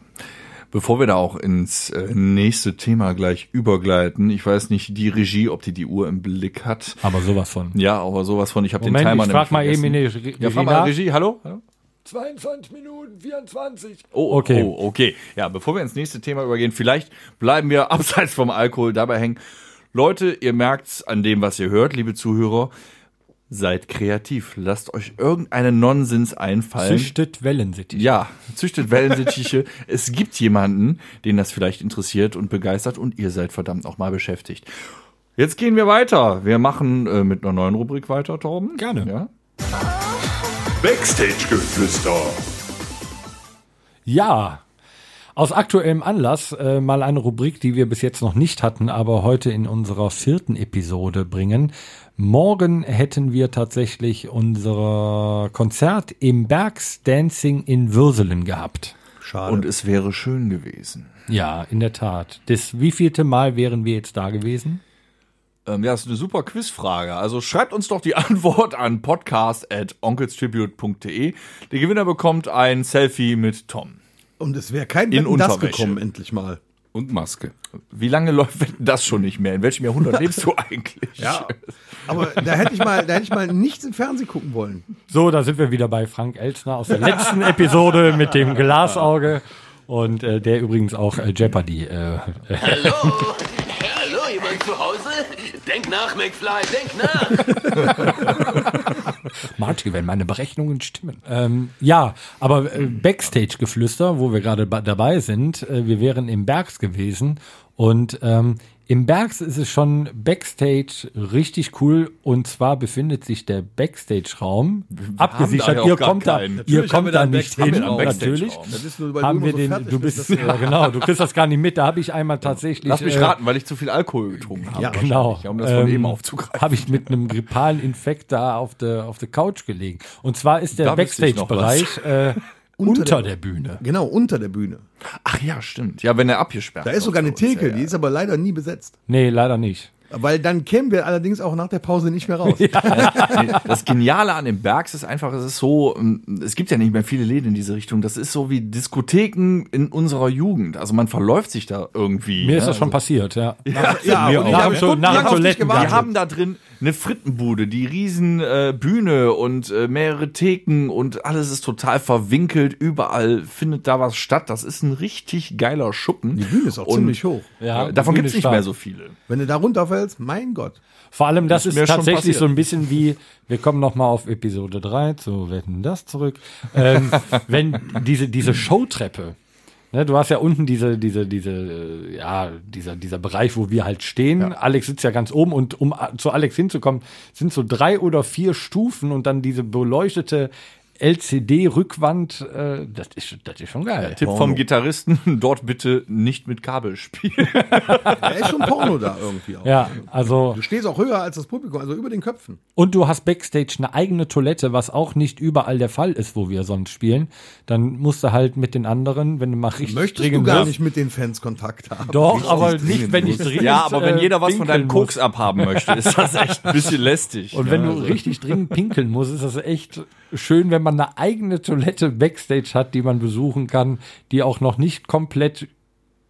Speaker 3: Bevor wir da auch ins äh, nächste Thema gleich übergleiten, ich weiß nicht, die Regie, ob die die Uhr im Blick hat.
Speaker 5: Aber sowas von.
Speaker 3: Ja, aber sowas von, ich habe den
Speaker 5: Moment,
Speaker 3: Timer
Speaker 5: ich
Speaker 3: nämlich
Speaker 5: frag mal eben in die
Speaker 3: vergessen.
Speaker 5: Regie
Speaker 3: Ja, frag mal
Speaker 5: nach.
Speaker 3: Regie, hallo? hallo?
Speaker 5: 22 Minuten 24.
Speaker 3: Oh, okay.
Speaker 5: Okay.
Speaker 3: Oh, okay. Ja, bevor wir ins nächste Thema übergehen, vielleicht bleiben wir abseits vom Alkohol dabei hängen. Leute, ihr merkt's an dem, was ihr hört, liebe Zuhörer. Seid kreativ. Lasst euch irgendeinen Nonsens einfallen.
Speaker 5: Züchtet Wellensittich.
Speaker 3: ja, züchtet Wellensittiche. es gibt jemanden, den das vielleicht interessiert und begeistert und ihr seid verdammt auch mal beschäftigt. Jetzt gehen wir weiter. Wir machen äh, mit einer neuen Rubrik weiter, Torben.
Speaker 5: Gerne.
Speaker 3: Ja?
Speaker 1: Backstage-Geflüster.
Speaker 5: Ja, aus aktuellem Anlass äh, mal eine Rubrik, die wir bis jetzt noch nicht hatten, aber heute in unserer vierten Episode bringen. Morgen hätten wir tatsächlich unser Konzert im Bergs Dancing in Würselen gehabt.
Speaker 4: Schade.
Speaker 3: Und es wäre schön gewesen.
Speaker 5: Ja, in der Tat. Das wievielte Mal wären wir jetzt da gewesen?
Speaker 3: Ähm, ja, ist eine super Quizfrage. Also schreibt uns doch die Antwort an podcast.onkelstribute.de. Der Gewinner bekommt ein Selfie mit Tom.
Speaker 4: Und es wäre kein
Speaker 3: In
Speaker 4: Wetten, das
Speaker 3: Unterwäsche.
Speaker 4: gekommen, endlich mal.
Speaker 6: Und Maske.
Speaker 3: Wie lange läuft denn das schon nicht mehr? In welchem Jahrhundert lebst du eigentlich?
Speaker 4: Ja. Aber da hätte ich mal, da hätte ich mal nichts im Fernsehen gucken wollen.
Speaker 5: So, da sind wir wieder bei Frank Elsner aus der letzten Episode mit dem Glasauge. Und äh, der übrigens auch äh, Jeopardy. Äh,
Speaker 10: Hallo, hallo, jemand zu Hause? Denk nach, McFly, denk nach.
Speaker 5: Marty, wenn meine Berechnungen stimmen. Ähm, ja, aber äh, Backstage-Geflüster, wo wir gerade ba- dabei sind, äh, wir wären im Bergs gewesen und ähm, im Bergs ist es schon Backstage richtig cool und zwar befindet sich der Backstage-Raum
Speaker 3: da
Speaker 5: abgesichert.
Speaker 3: ja auch
Speaker 5: ihr
Speaker 3: gar
Speaker 5: kommt da,
Speaker 3: keinen.
Speaker 5: ihr
Speaker 4: Natürlich haben wir
Speaker 5: kommt
Speaker 4: da
Speaker 5: da
Speaker 4: einen
Speaker 5: nicht
Speaker 4: Backstage-
Speaker 5: hin,
Speaker 4: haben wir da einen
Speaker 5: natürlich.
Speaker 3: Backstage-Raum.
Speaker 4: Das ist nur, weil
Speaker 5: Haben
Speaker 4: immer
Speaker 5: wir
Speaker 4: so
Speaker 5: den,
Speaker 4: fertig
Speaker 5: du
Speaker 4: bist,
Speaker 5: bist,
Speaker 4: dass wir-
Speaker 5: ja, genau, du kriegst das gar nicht mit. Da habe ich einmal tatsächlich.
Speaker 3: Lass mich
Speaker 5: äh,
Speaker 3: raten, weil ich zu viel Alkohol getrunken habe.
Speaker 5: ja, genau.
Speaker 3: wahrscheinlich, Um das von
Speaker 5: Ähm,
Speaker 3: eben aufzugreifen.
Speaker 5: Habe ich mit einem grippalen Infekt da auf der auf der Couch gelegen. Und zwar ist der
Speaker 3: Da wüsste ich noch
Speaker 5: Backstage-Bereich äh, unter der Bühne.
Speaker 4: Genau, unter der Bühne.
Speaker 3: Ach ja, stimmt. Ja, wenn er abgesperrt
Speaker 4: Da ist sogar eine
Speaker 3: sonst,
Speaker 4: Theke,
Speaker 3: ja,
Speaker 4: die
Speaker 3: ja.
Speaker 4: ist aber leider nie besetzt.
Speaker 5: Nee, leider nicht.
Speaker 4: Weil dann kämen wir allerdings auch nach der Pause nicht mehr raus.
Speaker 3: Nee, das Geniale an den Bergs ist einfach, es ist so, ähm, es gibt ja nicht mehr viele Läden in diese Richtung. Das ist so wie Diskotheken in unserer Jugend. Also man verläuft sich da irgendwie.
Speaker 5: Mir ist
Speaker 3: ja,
Speaker 5: das schon passiert, ja.
Speaker 4: Ja,
Speaker 5: Mir
Speaker 4: und ich
Speaker 5: auch. Nach
Speaker 4: habe
Speaker 5: dem Toil-
Speaker 4: stundenlang
Speaker 5: nach dem
Speaker 4: auf dich
Speaker 5: Toilettengang.
Speaker 4: gewartet.
Speaker 3: Wir haben da drin eine Frittenbude, die riesen äh, Bühne und äh, mehrere Theken und alles ist total verwinkelt. Überall findet da was statt. Das ist ein richtig geiler Schuppen.
Speaker 4: Die Bühne ist auch
Speaker 3: Und,
Speaker 4: ziemlich hoch.
Speaker 5: Ja,
Speaker 3: äh, davon
Speaker 5: Bühne
Speaker 3: gibt es nicht
Speaker 5: stark.
Speaker 3: mehr so viele.
Speaker 4: Wenn du da runterfällst, mein Gott.
Speaker 5: Vor allem, das ist,
Speaker 3: mir schon
Speaker 5: tatsächlich
Speaker 3: passiert.
Speaker 5: so ein bisschen wie, wir kommen nochmal auf Episode 3 zu Wetten das zurück. Ähm, wenn diese, diese Showtreppe, ne, du hast ja unten diese, diese, diese, äh, ja, dieser, dieser Bereich, wo wir halt stehen. Alex sitzt ja ganz oben und um a- zu Alex hinzukommen, sind so drei oder vier Stufen und dann diese beleuchtete LCD-Rückwand, äh, das, ist, das ist schon geil.
Speaker 3: Tipp vom Gitarristen, dort bitte nicht mit Kabel spielen.
Speaker 4: Da ist schon Porno da irgendwie auch.
Speaker 5: Ja, also
Speaker 4: Du stehst auch höher als das Publikum, also über den Köpfen.
Speaker 5: Und du hast Backstage eine eigene Toilette, was auch nicht überall der Fall ist, wo wir sonst spielen. Dann musst du halt mit den anderen, wenn du mal richtig
Speaker 4: Möchtest du
Speaker 5: dringend
Speaker 4: gar
Speaker 5: wirst-
Speaker 4: nicht mit den Fans Kontakt haben?
Speaker 5: Doch, aber nicht, wenn ich dringend
Speaker 3: Ja, aber wenn
Speaker 5: äh,
Speaker 3: jeder was von deinem
Speaker 5: pinkeln
Speaker 3: Koks
Speaker 5: muss.
Speaker 3: abhaben möchte, ist das echt ein bisschen lästig.
Speaker 5: Und
Speaker 3: ne?
Speaker 5: wenn du
Speaker 3: Also-
Speaker 5: richtig dringend pinkeln musst, ist das echt schön, wenn man eine eigene Toilette Backstage hat, die man besuchen kann, die auch noch nicht komplett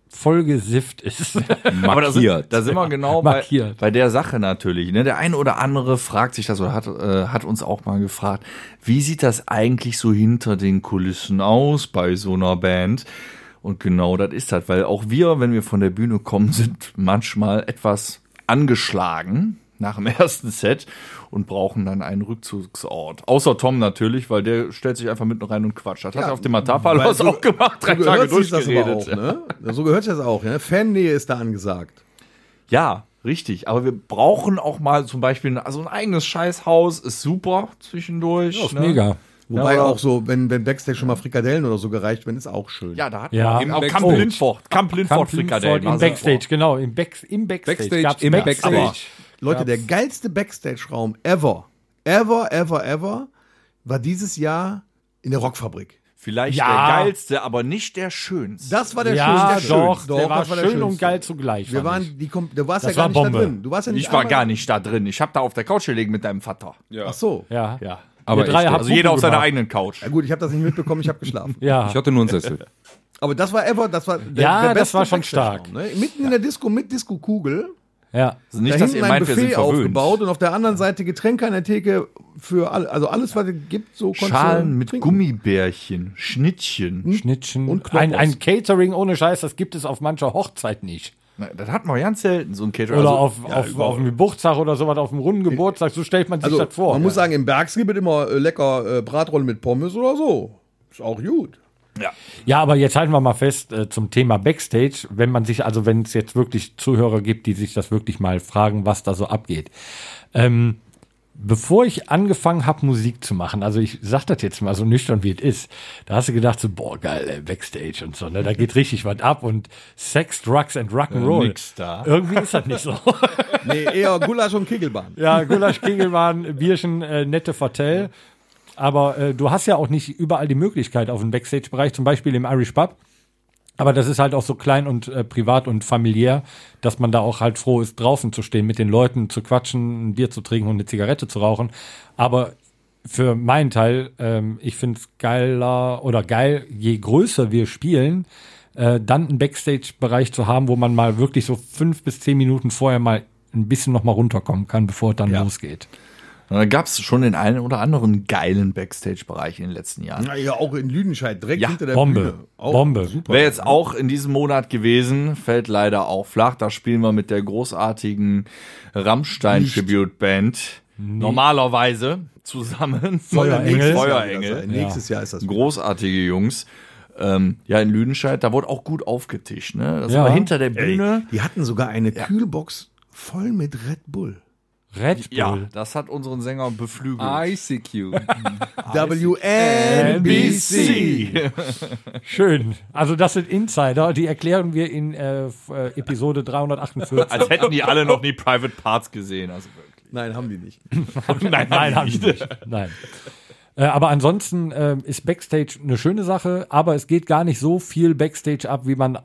Speaker 5: vollgesifft ist.
Speaker 3: Aber da sind, da sind wir genau bei,
Speaker 5: Markiert.
Speaker 3: bei der Sache natürlich. Ne? Der eine oder andere fragt sich das oder hat, äh, hat uns auch mal gefragt, wie sieht das eigentlich so hinter den Kulissen aus bei so einer Band? Und genau das ist das, weil auch wir, wenn wir von der Bühne kommen, sind manchmal etwas angeschlagen nach dem ersten Set und brauchen dann einen Rückzugsort. Außer Tom natürlich, weil der stellt sich einfach mitten rein und quatscht. Das hat er auf dem Matapalos
Speaker 4: weil so-
Speaker 3: auch gemacht, drei
Speaker 4: So
Speaker 3: Tage
Speaker 4: gehört sich das aber
Speaker 3: durchgeredet.
Speaker 4: auch, ne? So gehört sich das auch, ne? Fannähe ist da angesagt.
Speaker 3: Ja, richtig. Aber wir brauchen auch mal zum Beispiel ein- also ein eigenes Scheißhaus, ist super zwischendurch. ne? Ja,
Speaker 5: Ist mega.
Speaker 4: Wobei
Speaker 3: Ja, aber-
Speaker 4: auch so, wenn, wenn Backstage schon mal Frikadellen oder so gereicht werden, ist auch schön.
Speaker 3: Ja, da hat
Speaker 5: Ja,
Speaker 3: man eben
Speaker 5: im
Speaker 3: auch Camp
Speaker 5: Backstage.
Speaker 3: Lindfort. Camp Lindfort Frikadellen.
Speaker 5: Im
Speaker 3: Also,
Speaker 5: Backstage, genau. Im, Back, im Backstage.
Speaker 6: Backstage,
Speaker 5: gab's
Speaker 6: im Backstage.
Speaker 5: Aber
Speaker 4: Leute, der geilste Backstage-Raum ever, ever, ever, ever, war dieses Jahr in der Rockfabrik.
Speaker 3: Vielleicht
Speaker 5: Ja.
Speaker 3: der geilste, aber nicht der schönste.
Speaker 4: Das war der
Speaker 5: Ja,
Speaker 4: schönste.
Speaker 5: doch, der war
Speaker 4: das
Speaker 5: schön und geil zugleich.
Speaker 4: Wir
Speaker 5: fand ich.
Speaker 4: waren, die, kom- du warst
Speaker 5: Das
Speaker 4: ja gar
Speaker 5: war
Speaker 4: nicht
Speaker 5: Bombe.
Speaker 4: da drin. Du warst ja nicht
Speaker 3: ich war
Speaker 4: einmal-
Speaker 3: gar nicht da drin. Ich habe da auf der Couch gelegen mit deinem Vater.
Speaker 4: Ach so. Ja.
Speaker 5: Ja.
Speaker 3: Ja.
Speaker 6: Aber
Speaker 5: Wir drei
Speaker 6: ich,
Speaker 5: haben-
Speaker 3: Also jeder auf seiner
Speaker 5: gemacht.
Speaker 3: eigenen Couch. Also
Speaker 4: gut, ich habe das nicht mitbekommen, ich habe geschlafen.
Speaker 5: Ja.
Speaker 6: ich hatte nur einen Sessel.
Speaker 4: Aber das war ever, das war der,
Speaker 5: Ja,
Speaker 4: der
Speaker 5: das
Speaker 4: beste
Speaker 5: war schon
Speaker 4: Backstage-Raum, Ne? Mitten in der Disco mit Disco-Kugel.
Speaker 5: ja.
Speaker 3: Also nicht,
Speaker 4: da
Speaker 3: dass ihr
Speaker 4: hinten ein
Speaker 3: meint, wir sind
Speaker 4: Buffet
Speaker 3: verwöhnt.
Speaker 4: aufgebaut und auf der anderen Seite Getränke an der Theke für alle, also alles, was es gibt, so konntest du
Speaker 3: Schalen mit
Speaker 4: trinken.
Speaker 3: Gummibärchen, Schnittchen.
Speaker 5: Schnittchen.
Speaker 4: Und Knoppers.
Speaker 5: ein, ein Catering ohne Scheiß, das gibt es auf mancher Hochzeit nicht.
Speaker 3: Na, Das hat man ganz selten, so ein Catering.
Speaker 5: Oder
Speaker 3: Also,
Speaker 5: auf, auf, auf dem Geburtstag oder sowas, auf dem runden Geburtstag, so stellt man sich
Speaker 4: Also,
Speaker 5: das vor.
Speaker 4: man muss sagen, im Bergs gibt es immer äh, lecker äh, Bratrollen mit Pommes oder so. Ist auch gut.
Speaker 5: ja, aber jetzt halten wir mal fest äh, zum Thema Backstage, wenn man sich, also wenn es jetzt wirklich Zuhörer gibt, die sich das wirklich mal fragen, was da so abgeht. Ähm, bevor ich angefangen habe, Musik zu machen, also ich sag das jetzt mal so nüchtern, wie es ist, da hast du gedacht so, boah, geil, ey, Backstage und so, ne, da geht richtig was ab und Sex, Drugs and Rock'n'Roll.
Speaker 3: nix da.
Speaker 5: Irgendwie ist das nicht so.
Speaker 4: Nee, eher Gulasch und Kegelbahn.
Speaker 5: Ja, Gulasch, Kegelbahn, Bierchen, äh, nette Vertell. Aber äh, du hast ja auch nicht überall die Möglichkeit auf dem Backstage-Bereich, zum Beispiel im Irish Pub. Aber das ist halt auch so klein und äh, privat und familiär, dass man da auch halt froh ist, draußen zu stehen, mit den Leuten zu quatschen, ein Bier zu trinken und eine Zigarette zu rauchen. Aber für meinen Teil, ähm, ich finde es geiler oder geil, je größer wir spielen, äh, dann einen Backstage-Bereich zu haben, wo man mal wirklich so fünf bis zehn Minuten vorher mal ein bisschen noch mal runterkommen kann, bevor es dann losgeht.
Speaker 3: Und Da gab es schon den einen oder anderen geilen Backstage-Bereich in den letzten Jahren.
Speaker 4: Ja, ja, auch in Lüdenscheid, direkt
Speaker 3: Ja,
Speaker 4: hinter der Bühne.
Speaker 5: Bombe,
Speaker 4: Auch
Speaker 5: Bombe.
Speaker 3: Wäre jetzt auch in diesem Monat gewesen, fällt leider auch flach. Da spielen wir mit der großartigen Rammstein-Tribute-Band normalerweise zusammen.
Speaker 5: Feuerengel.
Speaker 4: Nächstes Jahr wird das sein.
Speaker 3: Feuerengel.
Speaker 4: Nächstes Jahr ist das. wieder.
Speaker 3: Großartige Jungs. Ähm, ja, in Lüdenscheid, da wurde auch gut aufgetischt. Ne? Das
Speaker 5: Ja.
Speaker 3: war hinter der Bühne.
Speaker 4: Die hatten sogar eine Kühlbox voll mit Red Bull.
Speaker 5: Red Bull.
Speaker 3: Ja, das hat unseren Sänger beflügelt.
Speaker 6: ICQ.
Speaker 4: Ah, WNBC.
Speaker 5: Schön. Also das sind Insider, die erklären wir in äh, f- äh, Episode 348.
Speaker 3: Als hätten die alle noch nie Private Parts gesehen. Also wirklich.
Speaker 4: Nein, haben die nicht.
Speaker 5: nein, nein, haben die nicht. Nein. Äh, Aber ansonsten ähm, ist Backstage eine schöne Sache, aber es geht gar nicht so viel Backstage ab, wie man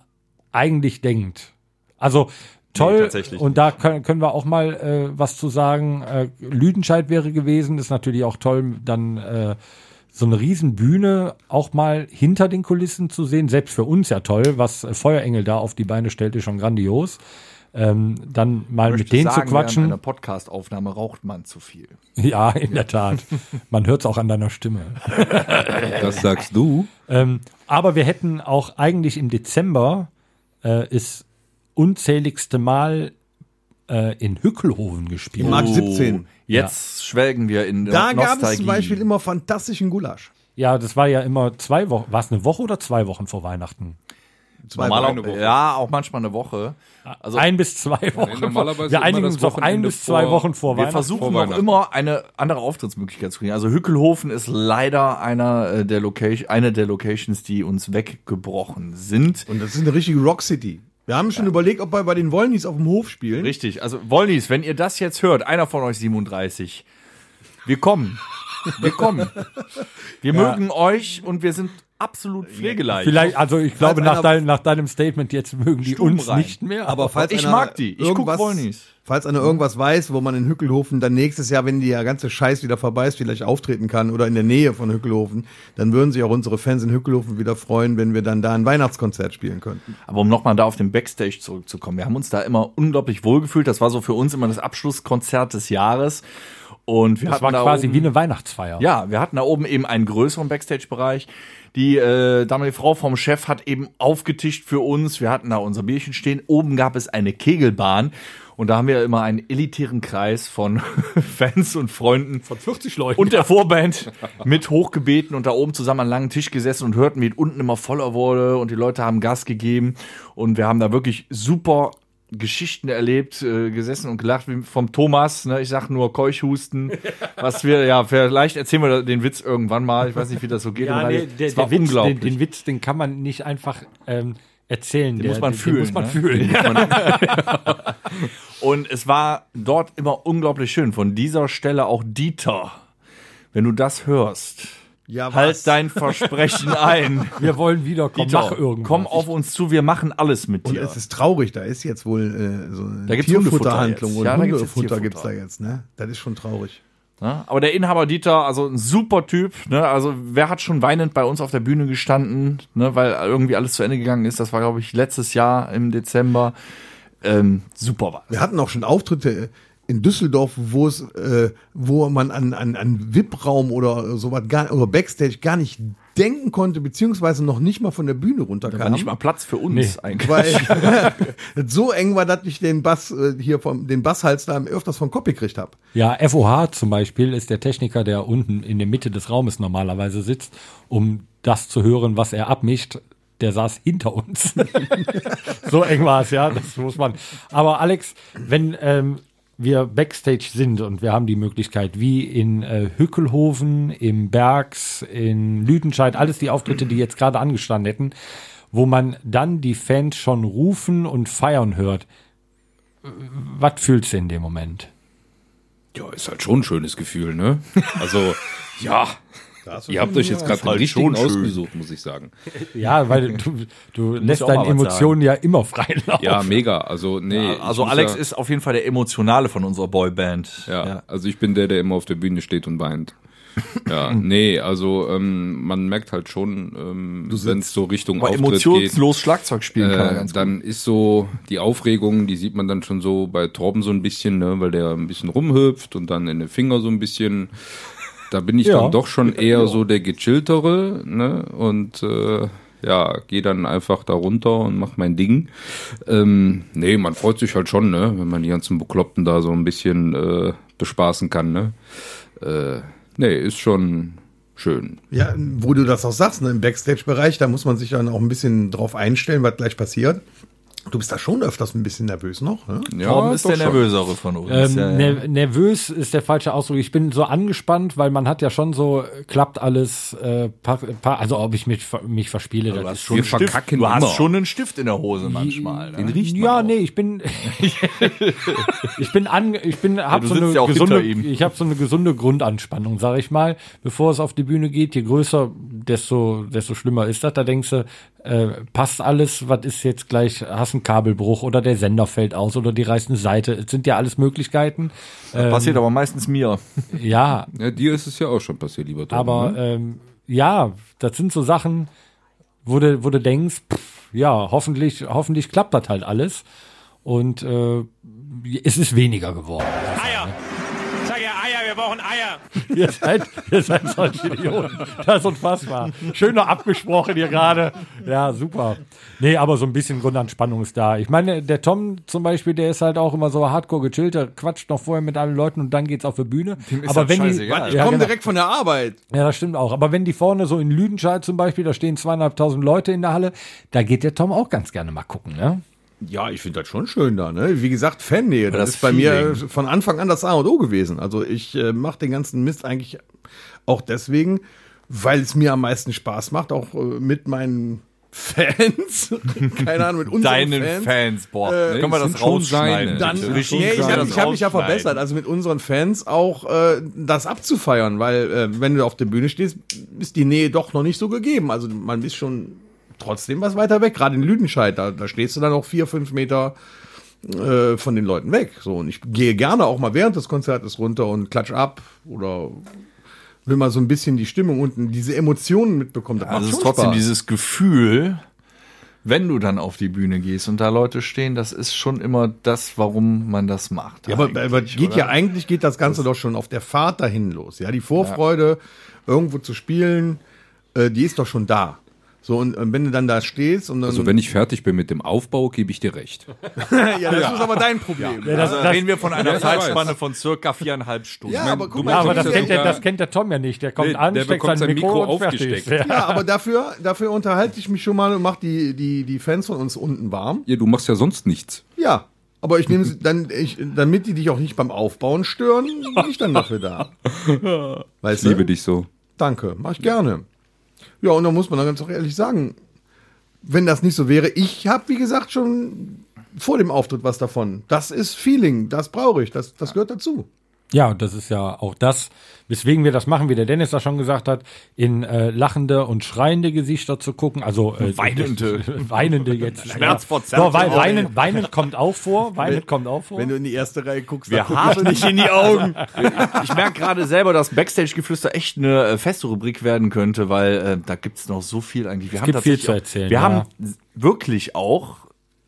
Speaker 5: eigentlich denkt. Also Toll.
Speaker 11: tatsächlich
Speaker 5: und da können, können wir auch mal äh, was zu sagen. Äh, Lüdenscheid wäre gewesen, ist natürlich auch toll, dann äh, so eine Riesenbühne auch mal hinter den Kulissen zu sehen. Selbst für uns ja toll, was äh, Feuerengel da auf die Beine stellte, schon grandios. Ähm, dann mal mit
Speaker 3: Möchte
Speaker 5: denen
Speaker 3: sagen,
Speaker 5: zu quatschen.
Speaker 3: Während einer Podcastaufnahme raucht man zu viel.
Speaker 5: Ja, in der Tat. Man hört es auch an deiner Stimme.
Speaker 6: Das sagst du.
Speaker 5: Ähm, aber wir hätten auch eigentlich im Dezember äh, ist unzähligste Mal äh, in Hückelhoven gespielt.
Speaker 4: Mark 17.
Speaker 3: Jetzt schwelgen wir in der
Speaker 4: Da gab
Speaker 3: Oh. Nostalgie.
Speaker 4: es zum Beispiel immer fantastischen Gulasch.
Speaker 5: Ja, das war ja immer zwei Wochen. War es eine Woche oder zwei Wochen vor Weihnachten?
Speaker 3: Normal
Speaker 6: eine
Speaker 3: auch,
Speaker 6: Woche.
Speaker 3: ja, auch manchmal eine Woche. Also
Speaker 5: ein bis zwei Wochen. vor-
Speaker 6: normalerweise
Speaker 5: wir
Speaker 6: immer
Speaker 5: einigen
Speaker 6: das
Speaker 5: uns auf ein
Speaker 6: Wochenende
Speaker 5: bis zwei
Speaker 6: vor-
Speaker 5: Wochen vor
Speaker 3: wir
Speaker 5: Weihnachten.
Speaker 3: versuchen
Speaker 6: vor
Speaker 3: auch immer eine andere Auftrittsmöglichkeit zu kriegen. Also Hückelhofen ist leider einer äh, der Location, eine der Locations, die uns weggebrochen sind.
Speaker 4: Und das ist eine richtige Rock City. Wir haben schon überlegt, ob wir bei den Wollnies auf dem Hof spielen.
Speaker 3: Richtig, also Wollnis, wenn ihr das jetzt hört, einer von euch 37, wir kommen. Wir kommen. Wir mögen euch und wir sind absolut pflegeleicht.
Speaker 5: Vielleicht, also ich glaube, nach,
Speaker 4: einer-
Speaker 5: dein, nach deinem Statement jetzt mögen die uns
Speaker 3: Stubenrein.
Speaker 5: nicht mehr.
Speaker 4: Aber falls
Speaker 3: Ich
Speaker 4: einer
Speaker 3: mag die. Ich guck
Speaker 4: irgendwas-
Speaker 3: Wollnies.
Speaker 4: Falls einer irgendwas weiß, wo man in Hückelhofen dann nächstes Jahr, wenn der ganze Scheiß wieder vorbei ist, vielleicht auftreten kann oder in der Nähe von Hückelhofen, dann würden sich auch unsere Fans in Hückelhofen wieder freuen, wenn wir dann da ein Weihnachtskonzert spielen könnten.
Speaker 3: Aber um nochmal da auf den Backstage zurückzukommen, wir haben uns da immer unglaublich wohlgefühlt. Das war so für uns immer das Abschlusskonzert des Jahres. Und wir
Speaker 5: das
Speaker 3: hatten
Speaker 5: war
Speaker 3: da
Speaker 5: quasi
Speaker 3: oben,
Speaker 5: wie eine Weihnachtsfeier.
Speaker 3: Ja, wir hatten da oben eben einen größeren Backstage-Bereich. Die äh, damalige Frau vom Chef hat eben aufgetischt für uns. Wir hatten da unser Bierchen stehen. Oben gab es eine Kegelbahn. Und da haben wir immer einen elitären Kreis von Fans und Freunden
Speaker 5: 40 Leute.
Speaker 3: und der Vorband mit hochgebeten und da oben zusammen an einen langen Tisch gesessen und hörten, wie es unten immer voller wurde und die Leute haben Gas gegeben und wir haben da wirklich super Geschichten erlebt, äh, gesessen und gelacht wie vom Thomas, ne? ich sag nur Keuchhusten, was wir, ja, vielleicht erzählen wir den Witz irgendwann mal, ich weiß nicht, wie genau, das so geht. im
Speaker 5: Ja,
Speaker 3: Radio.
Speaker 5: nee, der,
Speaker 3: Es war
Speaker 5: der Witz, den,
Speaker 3: unglaublich.
Speaker 5: den Witz, den kann man nicht einfach ähm, erzählen. Den
Speaker 3: muss man
Speaker 5: den,
Speaker 3: fühlen,
Speaker 5: Den muss man
Speaker 3: ne?
Speaker 5: fühlen.
Speaker 3: Und es war dort immer unglaublich schön. Von dieser Stelle auch Dieter. Wenn du das hörst,
Speaker 4: Ja,
Speaker 3: halt dein Versprechen ein.
Speaker 5: Wir wollen wiederkommen.
Speaker 3: Dieter,
Speaker 5: Mach irgendwas.
Speaker 3: komm auf uns zu, wir machen alles mit
Speaker 4: Und
Speaker 3: dir.
Speaker 4: es ist traurig, da ist jetzt wohl äh, so eine
Speaker 3: Da gibt's Hundefutter
Speaker 4: Tierfutterhandlung
Speaker 3: jetzt.
Speaker 4: und
Speaker 3: Ja, da gibt's jetzt Tierfutter.
Speaker 4: Hundefutter gibt's da jetzt, ne? Das ist schon traurig.
Speaker 3: Ne? Aber der Inhaber Dieter, also ein super Typ. Ne? Also wer hat schon weinend bei uns auf der Bühne gestanden, ne? weil irgendwie alles zu Ende gegangen ist. Das war, glaube ich, letztes Jahr im Dezember. Ähm, super war.
Speaker 4: Wir hatten auch schon Auftritte in Düsseldorf, wo es, äh, wo man an, an, an VIP-Raum oder sowas gar oder Backstage gar nicht denken konnte, beziehungsweise noch nicht mal von der Bühne runterkam.
Speaker 3: War nicht mal Platz für uns eigentlich.
Speaker 4: weil so eng war, dass ich den Bass äh, hier vom den Basshals da öfters vom Kopf gekriegt habe.
Speaker 5: Ja, FOH zum Beispiel ist der Techniker, der unten in der Mitte des Raumes normalerweise sitzt, um das zu hören, was er abmischt. Der saß hinter uns. so eng war es, ja, das muss man. Aber Alex, wenn ähm, wir Backstage sind und wir haben die Möglichkeit, wie in äh, Hückelhofen, im Bergs, in Lüdenscheid, alles die Auftritte, die jetzt gerade angestanden hätten, wo man dann die Fans schon rufen und feiern hört. Was fühlst du in dem Moment?
Speaker 6: Ja, ist halt schon ein schönes Gefühl, ne? Also, ja. Ihr habt euch jetzt gerade den richtigen ausgesucht, muss ich sagen.
Speaker 5: Ja, weil du, du lässt
Speaker 3: auch mal
Speaker 5: deine
Speaker 3: was
Speaker 5: Emotionen ja immer frei laufen.
Speaker 6: Ja, mega. Also, nee.
Speaker 3: also
Speaker 6: ich muss
Speaker 3: Alex
Speaker 6: ja,
Speaker 3: ist auf jeden Fall der emotionale von unserer Boyband.
Speaker 6: Ja, also ich bin der, der immer auf der Bühne steht und weint. Ja, nee, also ähm, man merkt halt schon, ähm, wenn es so Richtung
Speaker 3: Aber
Speaker 6: Auftritt geht.
Speaker 3: emotionslos Schlagzeug spielen kann er
Speaker 6: Äh,
Speaker 3: ganz gut.
Speaker 6: dann ist so die Aufregung, die sieht man dann schon so bei Torben so ein bisschen, ne, weil der ein bisschen rumhüpft und dann in den Finger so ein bisschen. Da bin ich
Speaker 5: Ja.
Speaker 6: dann doch schon eher so der gechilltere, ne? Und äh, ja, gehe dann einfach da runter und mach mein Ding. Ähm, nee, man freut sich halt schon, ne, wenn man die ganzen Bekloppten da so ein bisschen äh, bespaßen kann, ne? Äh, nee, ist schon schön.
Speaker 4: Ja, wo du das auch sagst, ne, im Backstage-Bereich, da muss man sich dann auch ein bisschen drauf einstellen, was gleich passiert. Du bist da schon öfters ein bisschen nervös noch, ne?
Speaker 6: Ja,
Speaker 3: Torben ist
Speaker 6: doch
Speaker 3: der
Speaker 6: schon.
Speaker 3: nervösere von uns.
Speaker 5: Ähm,
Speaker 3: ja, ja.
Speaker 5: ner nervös ist der falsche Ausdruck. Ich bin so angespannt, weil man hat ja schon so, äh, klappt alles, äh, pa pa also ob ich mich, ver- mich verspiele,
Speaker 3: Du
Speaker 5: das
Speaker 3: hast
Speaker 5: ist
Speaker 3: Also schon,
Speaker 6: wir
Speaker 3: einen Stift,
Speaker 6: verkacken
Speaker 3: du hast
Speaker 6: immer.
Speaker 3: schon einen Stift in der Hose manchmal. Ne?
Speaker 5: ja, nee, ich bin ich bin an ich bin hab
Speaker 3: du
Speaker 5: so
Speaker 3: sitzt
Speaker 5: eine
Speaker 3: ja auch
Speaker 5: gesunde
Speaker 3: hinter ihm.
Speaker 5: ich habe so eine gesunde Grundanspannung, sag ich mal, bevor es auf die Bühne geht, je größer, desto desto schlimmer ist das. Da denkst du, äh, passt alles, was ist jetzt gleich hast ein ein Kabelbruch oder der Sender fällt aus oder die reißt eine Seite. Es sind ja alles Möglichkeiten.
Speaker 3: Passiert aber meistens mir.
Speaker 5: Ja,
Speaker 6: Ja, dir ist es ja auch schon passiert, lieber Tom.
Speaker 5: aber
Speaker 6: ne?
Speaker 5: ähm, ja, das sind so Sachen, wo du, wo du denkst, pff, ja, hoffentlich, hoffentlich klappt das halt alles. Und äh, es ist weniger geworden.
Speaker 7: Eier. Sag ja Eier, wir brauchen Eier.
Speaker 5: Ihr seid, ihr seid solche Idioten. Das ist unfassbar. Schön noch abgesprochen hier gerade. Ja, super. Nee, aber so ein bisschen Grundanspannung ist da. Ich meine, der Tom zum Beispiel, der ist halt auch immer so hardcore gechillt, der quatscht noch vorher mit allen Leuten und dann geht's auf die Bühne.
Speaker 3: ist
Speaker 5: aber
Speaker 3: das
Speaker 5: wenn die,
Speaker 3: scheißegal.
Speaker 4: Ich
Speaker 5: ja,
Speaker 4: komme
Speaker 5: genau.
Speaker 4: direkt von der Arbeit.
Speaker 5: ja, das stimmt auch. Aber wenn die vorne so in Lüdenscheid zum Beispiel, da stehen zweieinhalbtausend Leute in der Halle, da geht der Tom auch ganz gerne mal gucken, ne?
Speaker 4: Ja, ich finde das schon schön da. Ne? Wie gesagt, Fannähe. Das,
Speaker 3: das
Speaker 4: ist bei mir äh,
Speaker 3: Feeling.
Speaker 4: von Anfang an das A und O gewesen. Also ich äh, mache den ganzen Mist eigentlich auch deswegen, weil es mir am meisten Spaß macht, auch äh, mit meinen Fans. Keine Ahnung, mit unseren
Speaker 3: Deinen
Speaker 4: Fans.
Speaker 3: Fans, boah.
Speaker 4: Äh,
Speaker 3: Können wir
Speaker 6: das
Speaker 3: das
Speaker 6: sind schon
Speaker 3: rausschneiden?
Speaker 6: seine.
Speaker 4: Dann,
Speaker 6: Das
Speaker 3: bitte?
Speaker 6: ist
Speaker 4: nee,
Speaker 3: Wir
Speaker 4: ich
Speaker 3: schieben das
Speaker 4: habe
Speaker 3: raus-
Speaker 4: ich hab mich ja verbessert,
Speaker 3: rausschneiden.
Speaker 4: also mit unseren Fans auch äh, das abzufeiern, weil äh, wenn du auf der Bühne stehst, ist die Nähe doch noch nicht so gegeben. Also man ist schon trotzdem was weiter weg, gerade in Lüdenscheid, da, da stehst du dann auch vier, fünf Meter äh, von den Leuten weg. So, und ich gehe gerne auch mal während des Konzertes runter und klatsch ab oder will mal so ein bisschen die Stimmung unten, diese Emotionen mitbekommen. Das
Speaker 3: Also es
Speaker 4: macht
Speaker 3: ist
Speaker 4: schon
Speaker 3: trotzdem
Speaker 4: Spaß.
Speaker 3: dieses Gefühl, wenn du dann auf die Bühne gehst und da Leute stehen, das ist schon immer das, warum man das macht.
Speaker 4: Ja, aber,
Speaker 3: eigentlich,
Speaker 4: aber geht
Speaker 3: oder?
Speaker 4: ja eigentlich geht das Ganze doch schon auf der Fahrt dahin los. Ja, die Vorfreude, irgendwo zu spielen, äh, die ist doch schon da. So, und, und wenn du dann da stehst und dann.
Speaker 6: also wenn ich fertig bin mit dem Aufbau, gebe ich dir recht.
Speaker 4: ja, das ist aber dein Problem. Ja,
Speaker 6: Also,
Speaker 5: das,
Speaker 3: Da reden wir von einer
Speaker 6: Ja, ich
Speaker 3: Zeitspanne
Speaker 6: weiß.
Speaker 3: von circa viereinhalb Stunden.
Speaker 4: Ja, aber guck
Speaker 6: du
Speaker 4: mal,
Speaker 5: aber das
Speaker 6: Ja,
Speaker 5: kennt, der,
Speaker 6: sogar-
Speaker 5: das kennt der Tom ja nicht. Der kommt
Speaker 6: Nee,
Speaker 5: an,
Speaker 6: der
Speaker 5: steckt
Speaker 6: bekommt
Speaker 5: sein
Speaker 6: sein
Speaker 5: Mikro,
Speaker 6: Mikro
Speaker 5: und fertig.
Speaker 6: aufgesteckt.
Speaker 5: Ja.
Speaker 4: aber dafür, dafür unterhalte ich mich schon mal und mache die, die, die Fans von uns unten warm.
Speaker 6: Ja, du machst ja sonst nichts.
Speaker 4: Ja. Aber ich nehme sie dann, ich, damit die dich auch nicht beim Aufbauen stören, bin ich dann dafür da. Weißt
Speaker 6: Ich liebe dich so.
Speaker 4: Danke, mache ich gerne. Ja, und da muss man dann ganz auch ehrlich sagen, wenn das nicht so wäre, ich habe, wie gesagt, schon vor dem Auftritt was davon. Das ist Feeling, das brauche ich, das, das gehört dazu.
Speaker 5: Ja, und das ist ja auch das, weswegen wir das machen, wie der Dennis da schon gesagt hat, in äh, lachende und schreiende Gesichter zu gucken. Also äh,
Speaker 3: Weinende.
Speaker 5: weinende jetzt.
Speaker 3: Schmerzverzerrte
Speaker 5: Ja, wei-
Speaker 3: Augen.
Speaker 5: weinen, weinen kommt auch vor. Weinen kommt auch vor.
Speaker 4: in die erste Reihe guckst,
Speaker 3: Wir haben nicht in die Augen. Ich merke gerade selber, dass Backstage-Geflüster echt eine äh, feste Rubrik werden könnte, weil äh, da gibt's noch so viel eigentlich. Wir haben
Speaker 5: gibt viel
Speaker 3: tatsächlich
Speaker 5: zu
Speaker 3: auch-
Speaker 5: erzählen,
Speaker 3: Wir
Speaker 5: ja.
Speaker 3: haben wirklich auch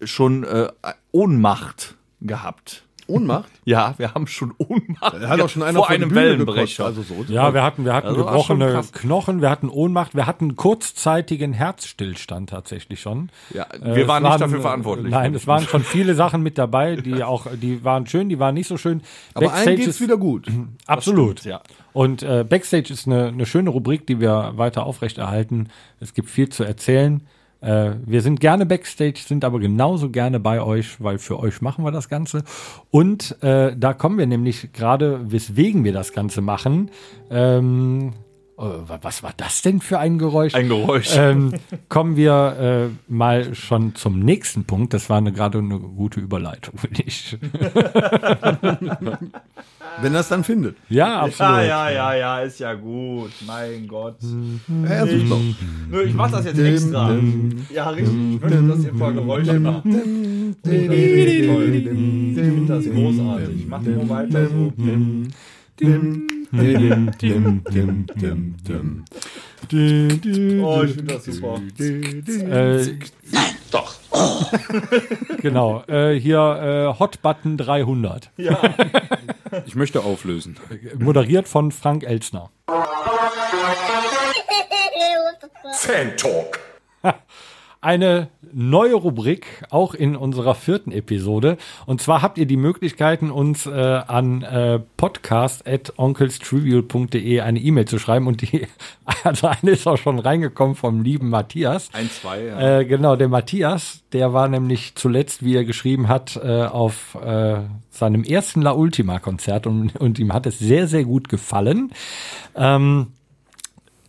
Speaker 3: schon äh, Ohnmacht gehabt.
Speaker 4: Ohnmacht.
Speaker 3: Ja, wir haben schon Ohnmacht
Speaker 4: Da hat auch schon einer
Speaker 3: vor
Speaker 4: vor die
Speaker 3: einem
Speaker 4: Bühne
Speaker 3: Wellenbrecher.
Speaker 4: gekotzt, Also so.
Speaker 5: ja, wir hatten, wir hatten
Speaker 3: Also war schon
Speaker 5: gebrochene
Speaker 3: krass.
Speaker 5: Knochen, wir hatten Ohnmacht, wir hatten kurzzeitigen Herzstillstand tatsächlich schon. Äh,
Speaker 3: Ja, wir
Speaker 5: es
Speaker 3: waren nicht dafür verantwortlich.
Speaker 5: Nein, es waren schon viele Sachen mit dabei, die auch, die waren schön, die waren nicht so schön.
Speaker 4: Aber allen
Speaker 5: Backstage
Speaker 4: geht's
Speaker 5: ist-
Speaker 4: wieder gut.
Speaker 5: Absolut.
Speaker 3: stimmt, ja.
Speaker 5: Und äh, Backstage ist eine, eine schöne Rubrik, die wir weiter aufrechterhalten. Es gibt viel zu erzählen. Äh, wir sind gerne Backstage, sind aber genauso gerne bei euch, weil für euch machen wir das Ganze. Und äh, da kommen wir nämlich gerade, weswegen wir das Ganze machen. Ähm, äh, wa- was war das denn für ein Geräusch?
Speaker 3: ein Geräusch.
Speaker 5: ähm, kommen wir äh, mal schon zum nächsten Punkt. Das war eine, gerade eine gute Überleitung, finde ich.
Speaker 4: Wenn das dann findet.
Speaker 5: Ja, absolut.
Speaker 3: Ah,
Speaker 11: ja, ja, ist ja gut. Mein Gott.
Speaker 4: Ja, ernsthaft noch.
Speaker 11: Nö, ich mach das jetzt extra. Ja, richtig. Ich möchte, dass ihr ein paar Geräusche macht. Toll. Ich finde das großartig. Macht nur weiter so. Oh, ich finde das super.
Speaker 5: Äh, Doch. genau. Äh, hier äh, Hot Button 300.
Speaker 6: Ich möchte auflösen.
Speaker 5: Moderiert von Frank Elsner.
Speaker 1: Fan Talk.
Speaker 5: Eine neue Rubrik, auch in unserer vierten Episode. Und zwar habt ihr die Möglichkeiten, uns äh, an äh, podcast.onkelstrivial.de eine E-Mail zu schreiben. Und die, also eine ist auch schon reingekommen vom lieben Matthias.
Speaker 3: ein, zwei, ja.
Speaker 5: Äh, genau, der Matthias, der war nämlich zuletzt, wie er geschrieben hat, äh, auf äh, seinem ersten La Ultima-Konzert und, und ihm hat es sehr, sehr gut gefallen. Ähm,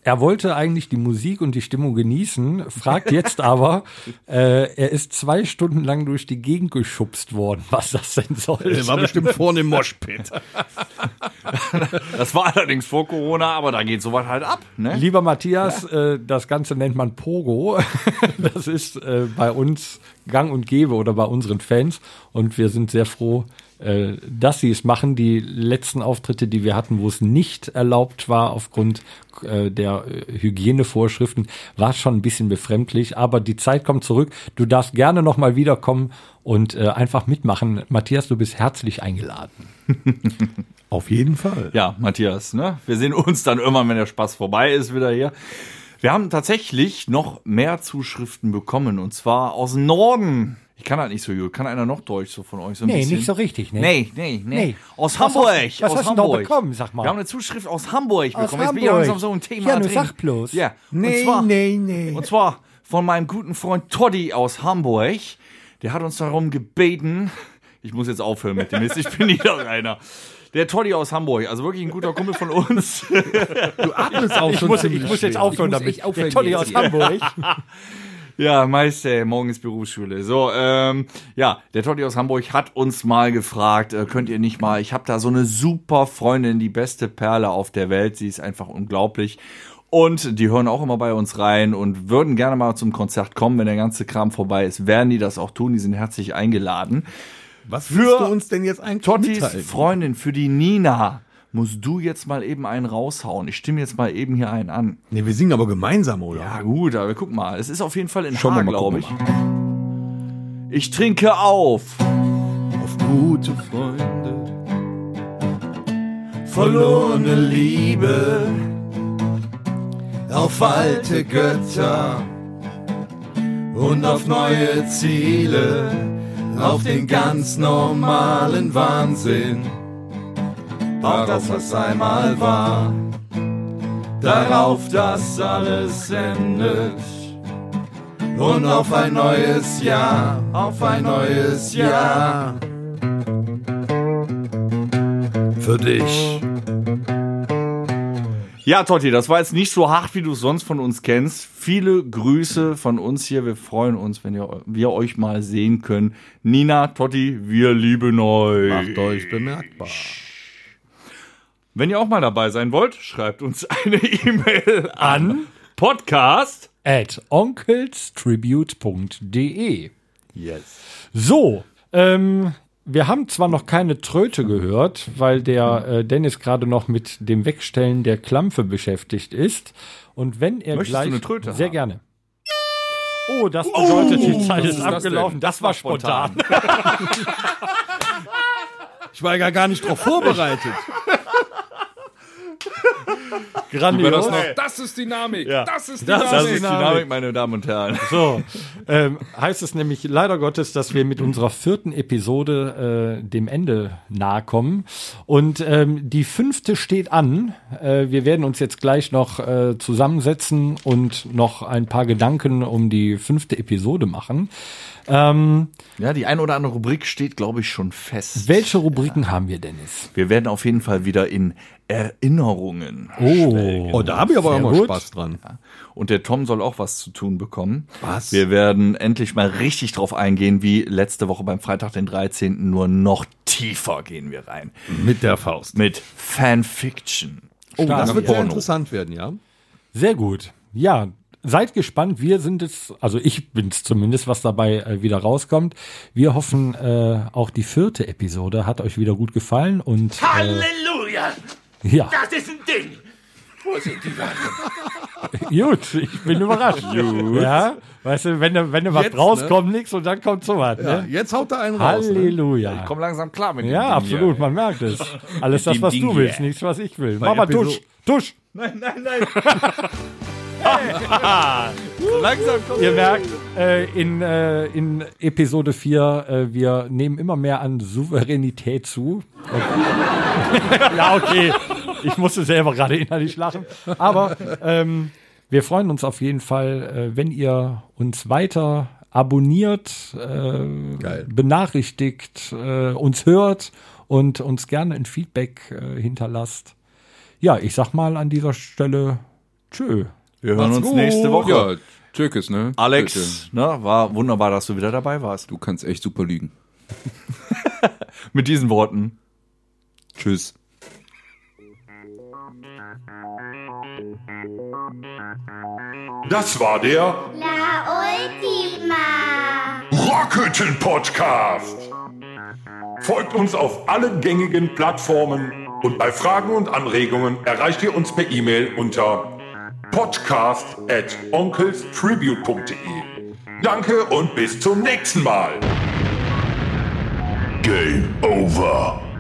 Speaker 5: er wollte eigentlich die Musik und die Stimmung genießen, fragt jetzt aber, äh, er ist zwei Stunden lang durch
Speaker 4: Äh,
Speaker 5: die Gegend geschubst worden, was das denn soll.
Speaker 4: Der war bestimmt vorne im Moshpit.
Speaker 3: Das war allerdings vor Corona, aber da geht sowas halt ab. Ne?
Speaker 5: Lieber Matthias, äh, das Ganze nennt man Pogo. das ist äh, bei uns gang und gäbe oder bei unseren Fans. Und wir sind sehr froh, äh, dass sie es machen. Die letzten Auftritte, die wir hatten, wo es nicht erlaubt war aufgrund äh, der äh, Hygienevorschriften, war schon ein bisschen befremdlich. Aber die Zeit kommt zurück. Du darfst gerne nochmal wiederkommen und äh, einfach mitmachen. Matthias, du bist herzlich eingeladen.
Speaker 4: Auf jeden Fall.
Speaker 3: Ja, Matthias, ne? wir sehen uns dann irgendwann, wenn der Spaß vorbei ist, wieder hier. Wir haben tatsächlich noch mehr Zuschriften bekommen und zwar aus dem Norden. Ich kann halt nicht so gut. Kann einer noch Deutsch so von euch so ein
Speaker 5: Nee,
Speaker 3: bisschen?
Speaker 5: nicht so richtig, ne?
Speaker 3: Nee, nee, nee.
Speaker 5: Nee.
Speaker 3: Aus
Speaker 5: Was
Speaker 3: Hamburg.
Speaker 5: hast- was
Speaker 3: aus
Speaker 5: hast du denn da
Speaker 3: Hamburg.
Speaker 5: bekommen, sag mal?
Speaker 3: Wir haben eine Zuschrift aus Hamburg
Speaker 5: Aus
Speaker 3: bekommen. Jetzt bin ich
Speaker 5: Hamburg.
Speaker 3: langsam so ein Thema
Speaker 5: Ja, nur
Speaker 3: drin.
Speaker 5: sag bloß.
Speaker 3: Ja.
Speaker 4: Nee,
Speaker 3: und zwar,
Speaker 4: nee, nee.
Speaker 3: Und zwar von meinem guten Freund Toddy aus Hamburg. Der hat uns darum gebeten. Ich muss jetzt aufhören mit dem Mist. Ich bin nicht einer. Der Toddy aus Hamburg, also wirklich ein guter Kumpel von uns.
Speaker 4: Du atmest auch
Speaker 5: Ich
Speaker 4: schon
Speaker 5: muss, ich
Speaker 4: ziemlich
Speaker 5: muss jetzt
Speaker 4: schwer.
Speaker 5: aufhören
Speaker 6: muss
Speaker 5: damit.
Speaker 6: echt aufhören
Speaker 5: der Tolli
Speaker 6: jetzt
Speaker 5: aus
Speaker 6: hier.
Speaker 5: Hamburg.
Speaker 3: Ja, Meister, ey, morgen ist Berufsschule. So, ähm, ja, der Totti aus Hamburg hat uns mal gefragt, äh, könnt ihr nicht mal, ich habe da so eine super Freundin, die beste Perle auf der Welt, sie ist einfach unglaublich. Und die hören auch immer bei uns rein und würden gerne mal zum Konzert kommen, wenn der ganze Kram vorbei ist, werden die das auch tun, die sind herzlich eingeladen.
Speaker 4: Was
Speaker 3: Für
Speaker 4: willst du uns denn jetzt eigentlich
Speaker 3: Tottis
Speaker 4: mitteilen?
Speaker 3: Freundin für die Nina, musst du jetzt mal eben einen raushauen. Ich stimme jetzt mal eben hier einen an.
Speaker 4: Nee, wir singen aber gemeinsam, oder?
Speaker 3: Ja gut, aber guck mal, es ist auf jeden Fall in
Speaker 6: Schauen wir
Speaker 3: Haar,
Speaker 6: mal,
Speaker 3: glaube ich.
Speaker 6: gucken
Speaker 3: Ich trinke auf.
Speaker 4: Auf gute
Speaker 6: Freunde,
Speaker 4: verlorene Liebe, auf alte Götter und auf neue Ziele, auf den ganz normalen Wahnsinn, auf das, was einmal war, darauf, dass alles endet. Und auf ein neues Jahr, auf ein neues Jahr für dich.
Speaker 3: Ja, Totti, das war jetzt nicht so hart, wie du es sonst von uns kennst. Viele Grüße von uns hier. Wir freuen uns, wenn ihr, wir euch mal sehen können. Nina, Totti, wir lieben euch.
Speaker 4: Macht euch bemerkbar.
Speaker 3: Wenn ihr auch mal dabei sein wollt, schreibt uns eine E-Mail an Podcast.
Speaker 5: At onkelstribute.de.
Speaker 4: Yes.
Speaker 5: So, ähm, wir haben zwar noch keine Tröte gehört, weil der äh, Dennis gerade noch mit dem Wegstellen der Klampfe beschäftigt ist. Und wenn er
Speaker 3: Möchtest
Speaker 5: gleich
Speaker 3: du eine Tröte
Speaker 5: sehr
Speaker 3: haben?
Speaker 5: gerne. Oh, das bedeutet, die Zeit ist
Speaker 6: ist das
Speaker 5: abgelaufen.
Speaker 6: denn?
Speaker 5: Das, war spontan.
Speaker 4: Ich war ja gar nicht drauf vorbereitet.
Speaker 6: Über das,
Speaker 5: Grandios.
Speaker 6: noch, Oh, das ist Dynamik. Das ist
Speaker 5: Das
Speaker 6: Dynamik.
Speaker 3: Das ist
Speaker 5: Dynamik.
Speaker 3: Dynamik, meine Damen und Herren.
Speaker 5: So, ähm, heißt es nämlich leider Gottes, dass wir mit unserer vierten Episode äh, dem Ende nahe kommen. Und ähm, die fünfte steht an. Äh, wir werden uns jetzt gleich noch äh, zusammensetzen und noch ein paar Gedanken um die fünfte Episode machen. Ähm,
Speaker 3: Ja, die ein oder andere Rubrik steht, glaube ich, schon fest.
Speaker 5: welche Rubriken haben wir, Dennis?
Speaker 3: Wir werden auf jeden Fall wieder in Erinnerungen.
Speaker 5: Oh,
Speaker 4: Oh, da habe ich aber
Speaker 5: Sehr
Speaker 4: immer
Speaker 5: gut.
Speaker 4: Spaß dran.
Speaker 3: Und der Tom soll auch was zu tun bekommen.
Speaker 4: Was?
Speaker 3: Wir werden endlich mal richtig drauf eingehen, wie letzte Woche beim Freitag, den 13. Nur noch tiefer gehen wir rein.
Speaker 4: Mit der Faust.
Speaker 3: Mit Fanfiction.
Speaker 4: Oh, das
Speaker 6: Stark.
Speaker 4: wird sehr
Speaker 6: Porno.
Speaker 4: interessant werden, ja?
Speaker 5: Sehr gut. Ja, seid gespannt. Wir sind es, also ich bin es zumindest, was dabei äh, wieder rauskommt. Wir hoffen, äh, auch die vierte Episode hat euch wieder gut gefallen und äh,
Speaker 10: Halleluja!
Speaker 5: ja,
Speaker 10: Das ist ein Ding! Wo sind die Wachen?
Speaker 5: gut, ich bin überrascht. ja, weißt du, wenn du, wenn du was
Speaker 4: Jetzt,
Speaker 5: rauskommt, nix und dann kommt sowas.
Speaker 4: ja.
Speaker 5: Ne?
Speaker 4: Jetzt haut da einen raus. Ne?
Speaker 5: Halleluja.
Speaker 3: Komm langsam klar mit dem
Speaker 5: Ja,
Speaker 3: Ding hier.
Speaker 5: absolut, man merkt es. Alles das,
Speaker 6: dem
Speaker 5: was
Speaker 6: Ding
Speaker 5: du
Speaker 6: hier.
Speaker 5: willst, nichts, was ich will. Mama,
Speaker 4: Episo-
Speaker 5: tusch, tusch.
Speaker 3: Langsam kommt
Speaker 5: Ihr merkt, äh, in, äh, in Episode 4, äh, wir nehmen immer mehr an Souveränität zu. ja, okay. Ich musste selber gerade innerlich lachen. Aber ähm, wir freuen uns auf jeden Fall, äh, wenn ihr uns weiter abonniert, äh,
Speaker 4: Geil.
Speaker 5: benachrichtigt, äh, uns hört und uns gerne ein Feedback äh, hinterlasst. Ja, ich sag mal an dieser Stelle Tschö.
Speaker 3: Wir hören uns
Speaker 4: Oh, gut.
Speaker 3: nächste Woche.
Speaker 6: Ja, Türkis, ne? Bitte.
Speaker 3: Alex, ne, war wunderbar, dass du wieder dabei warst.
Speaker 6: Du kannst echt super lügen.
Speaker 3: Mit diesen Worten.
Speaker 6: Tschüss.
Speaker 1: Das war der
Speaker 2: La Ultima.
Speaker 1: Rockhütten Podcast. Folgt uns auf allen gängigen Plattformen und bei Fragen und Anregungen erreicht ihr uns per E-Mail unter podcast at onkelstribute.de. Danke und bis zum nächsten Mal. Game over.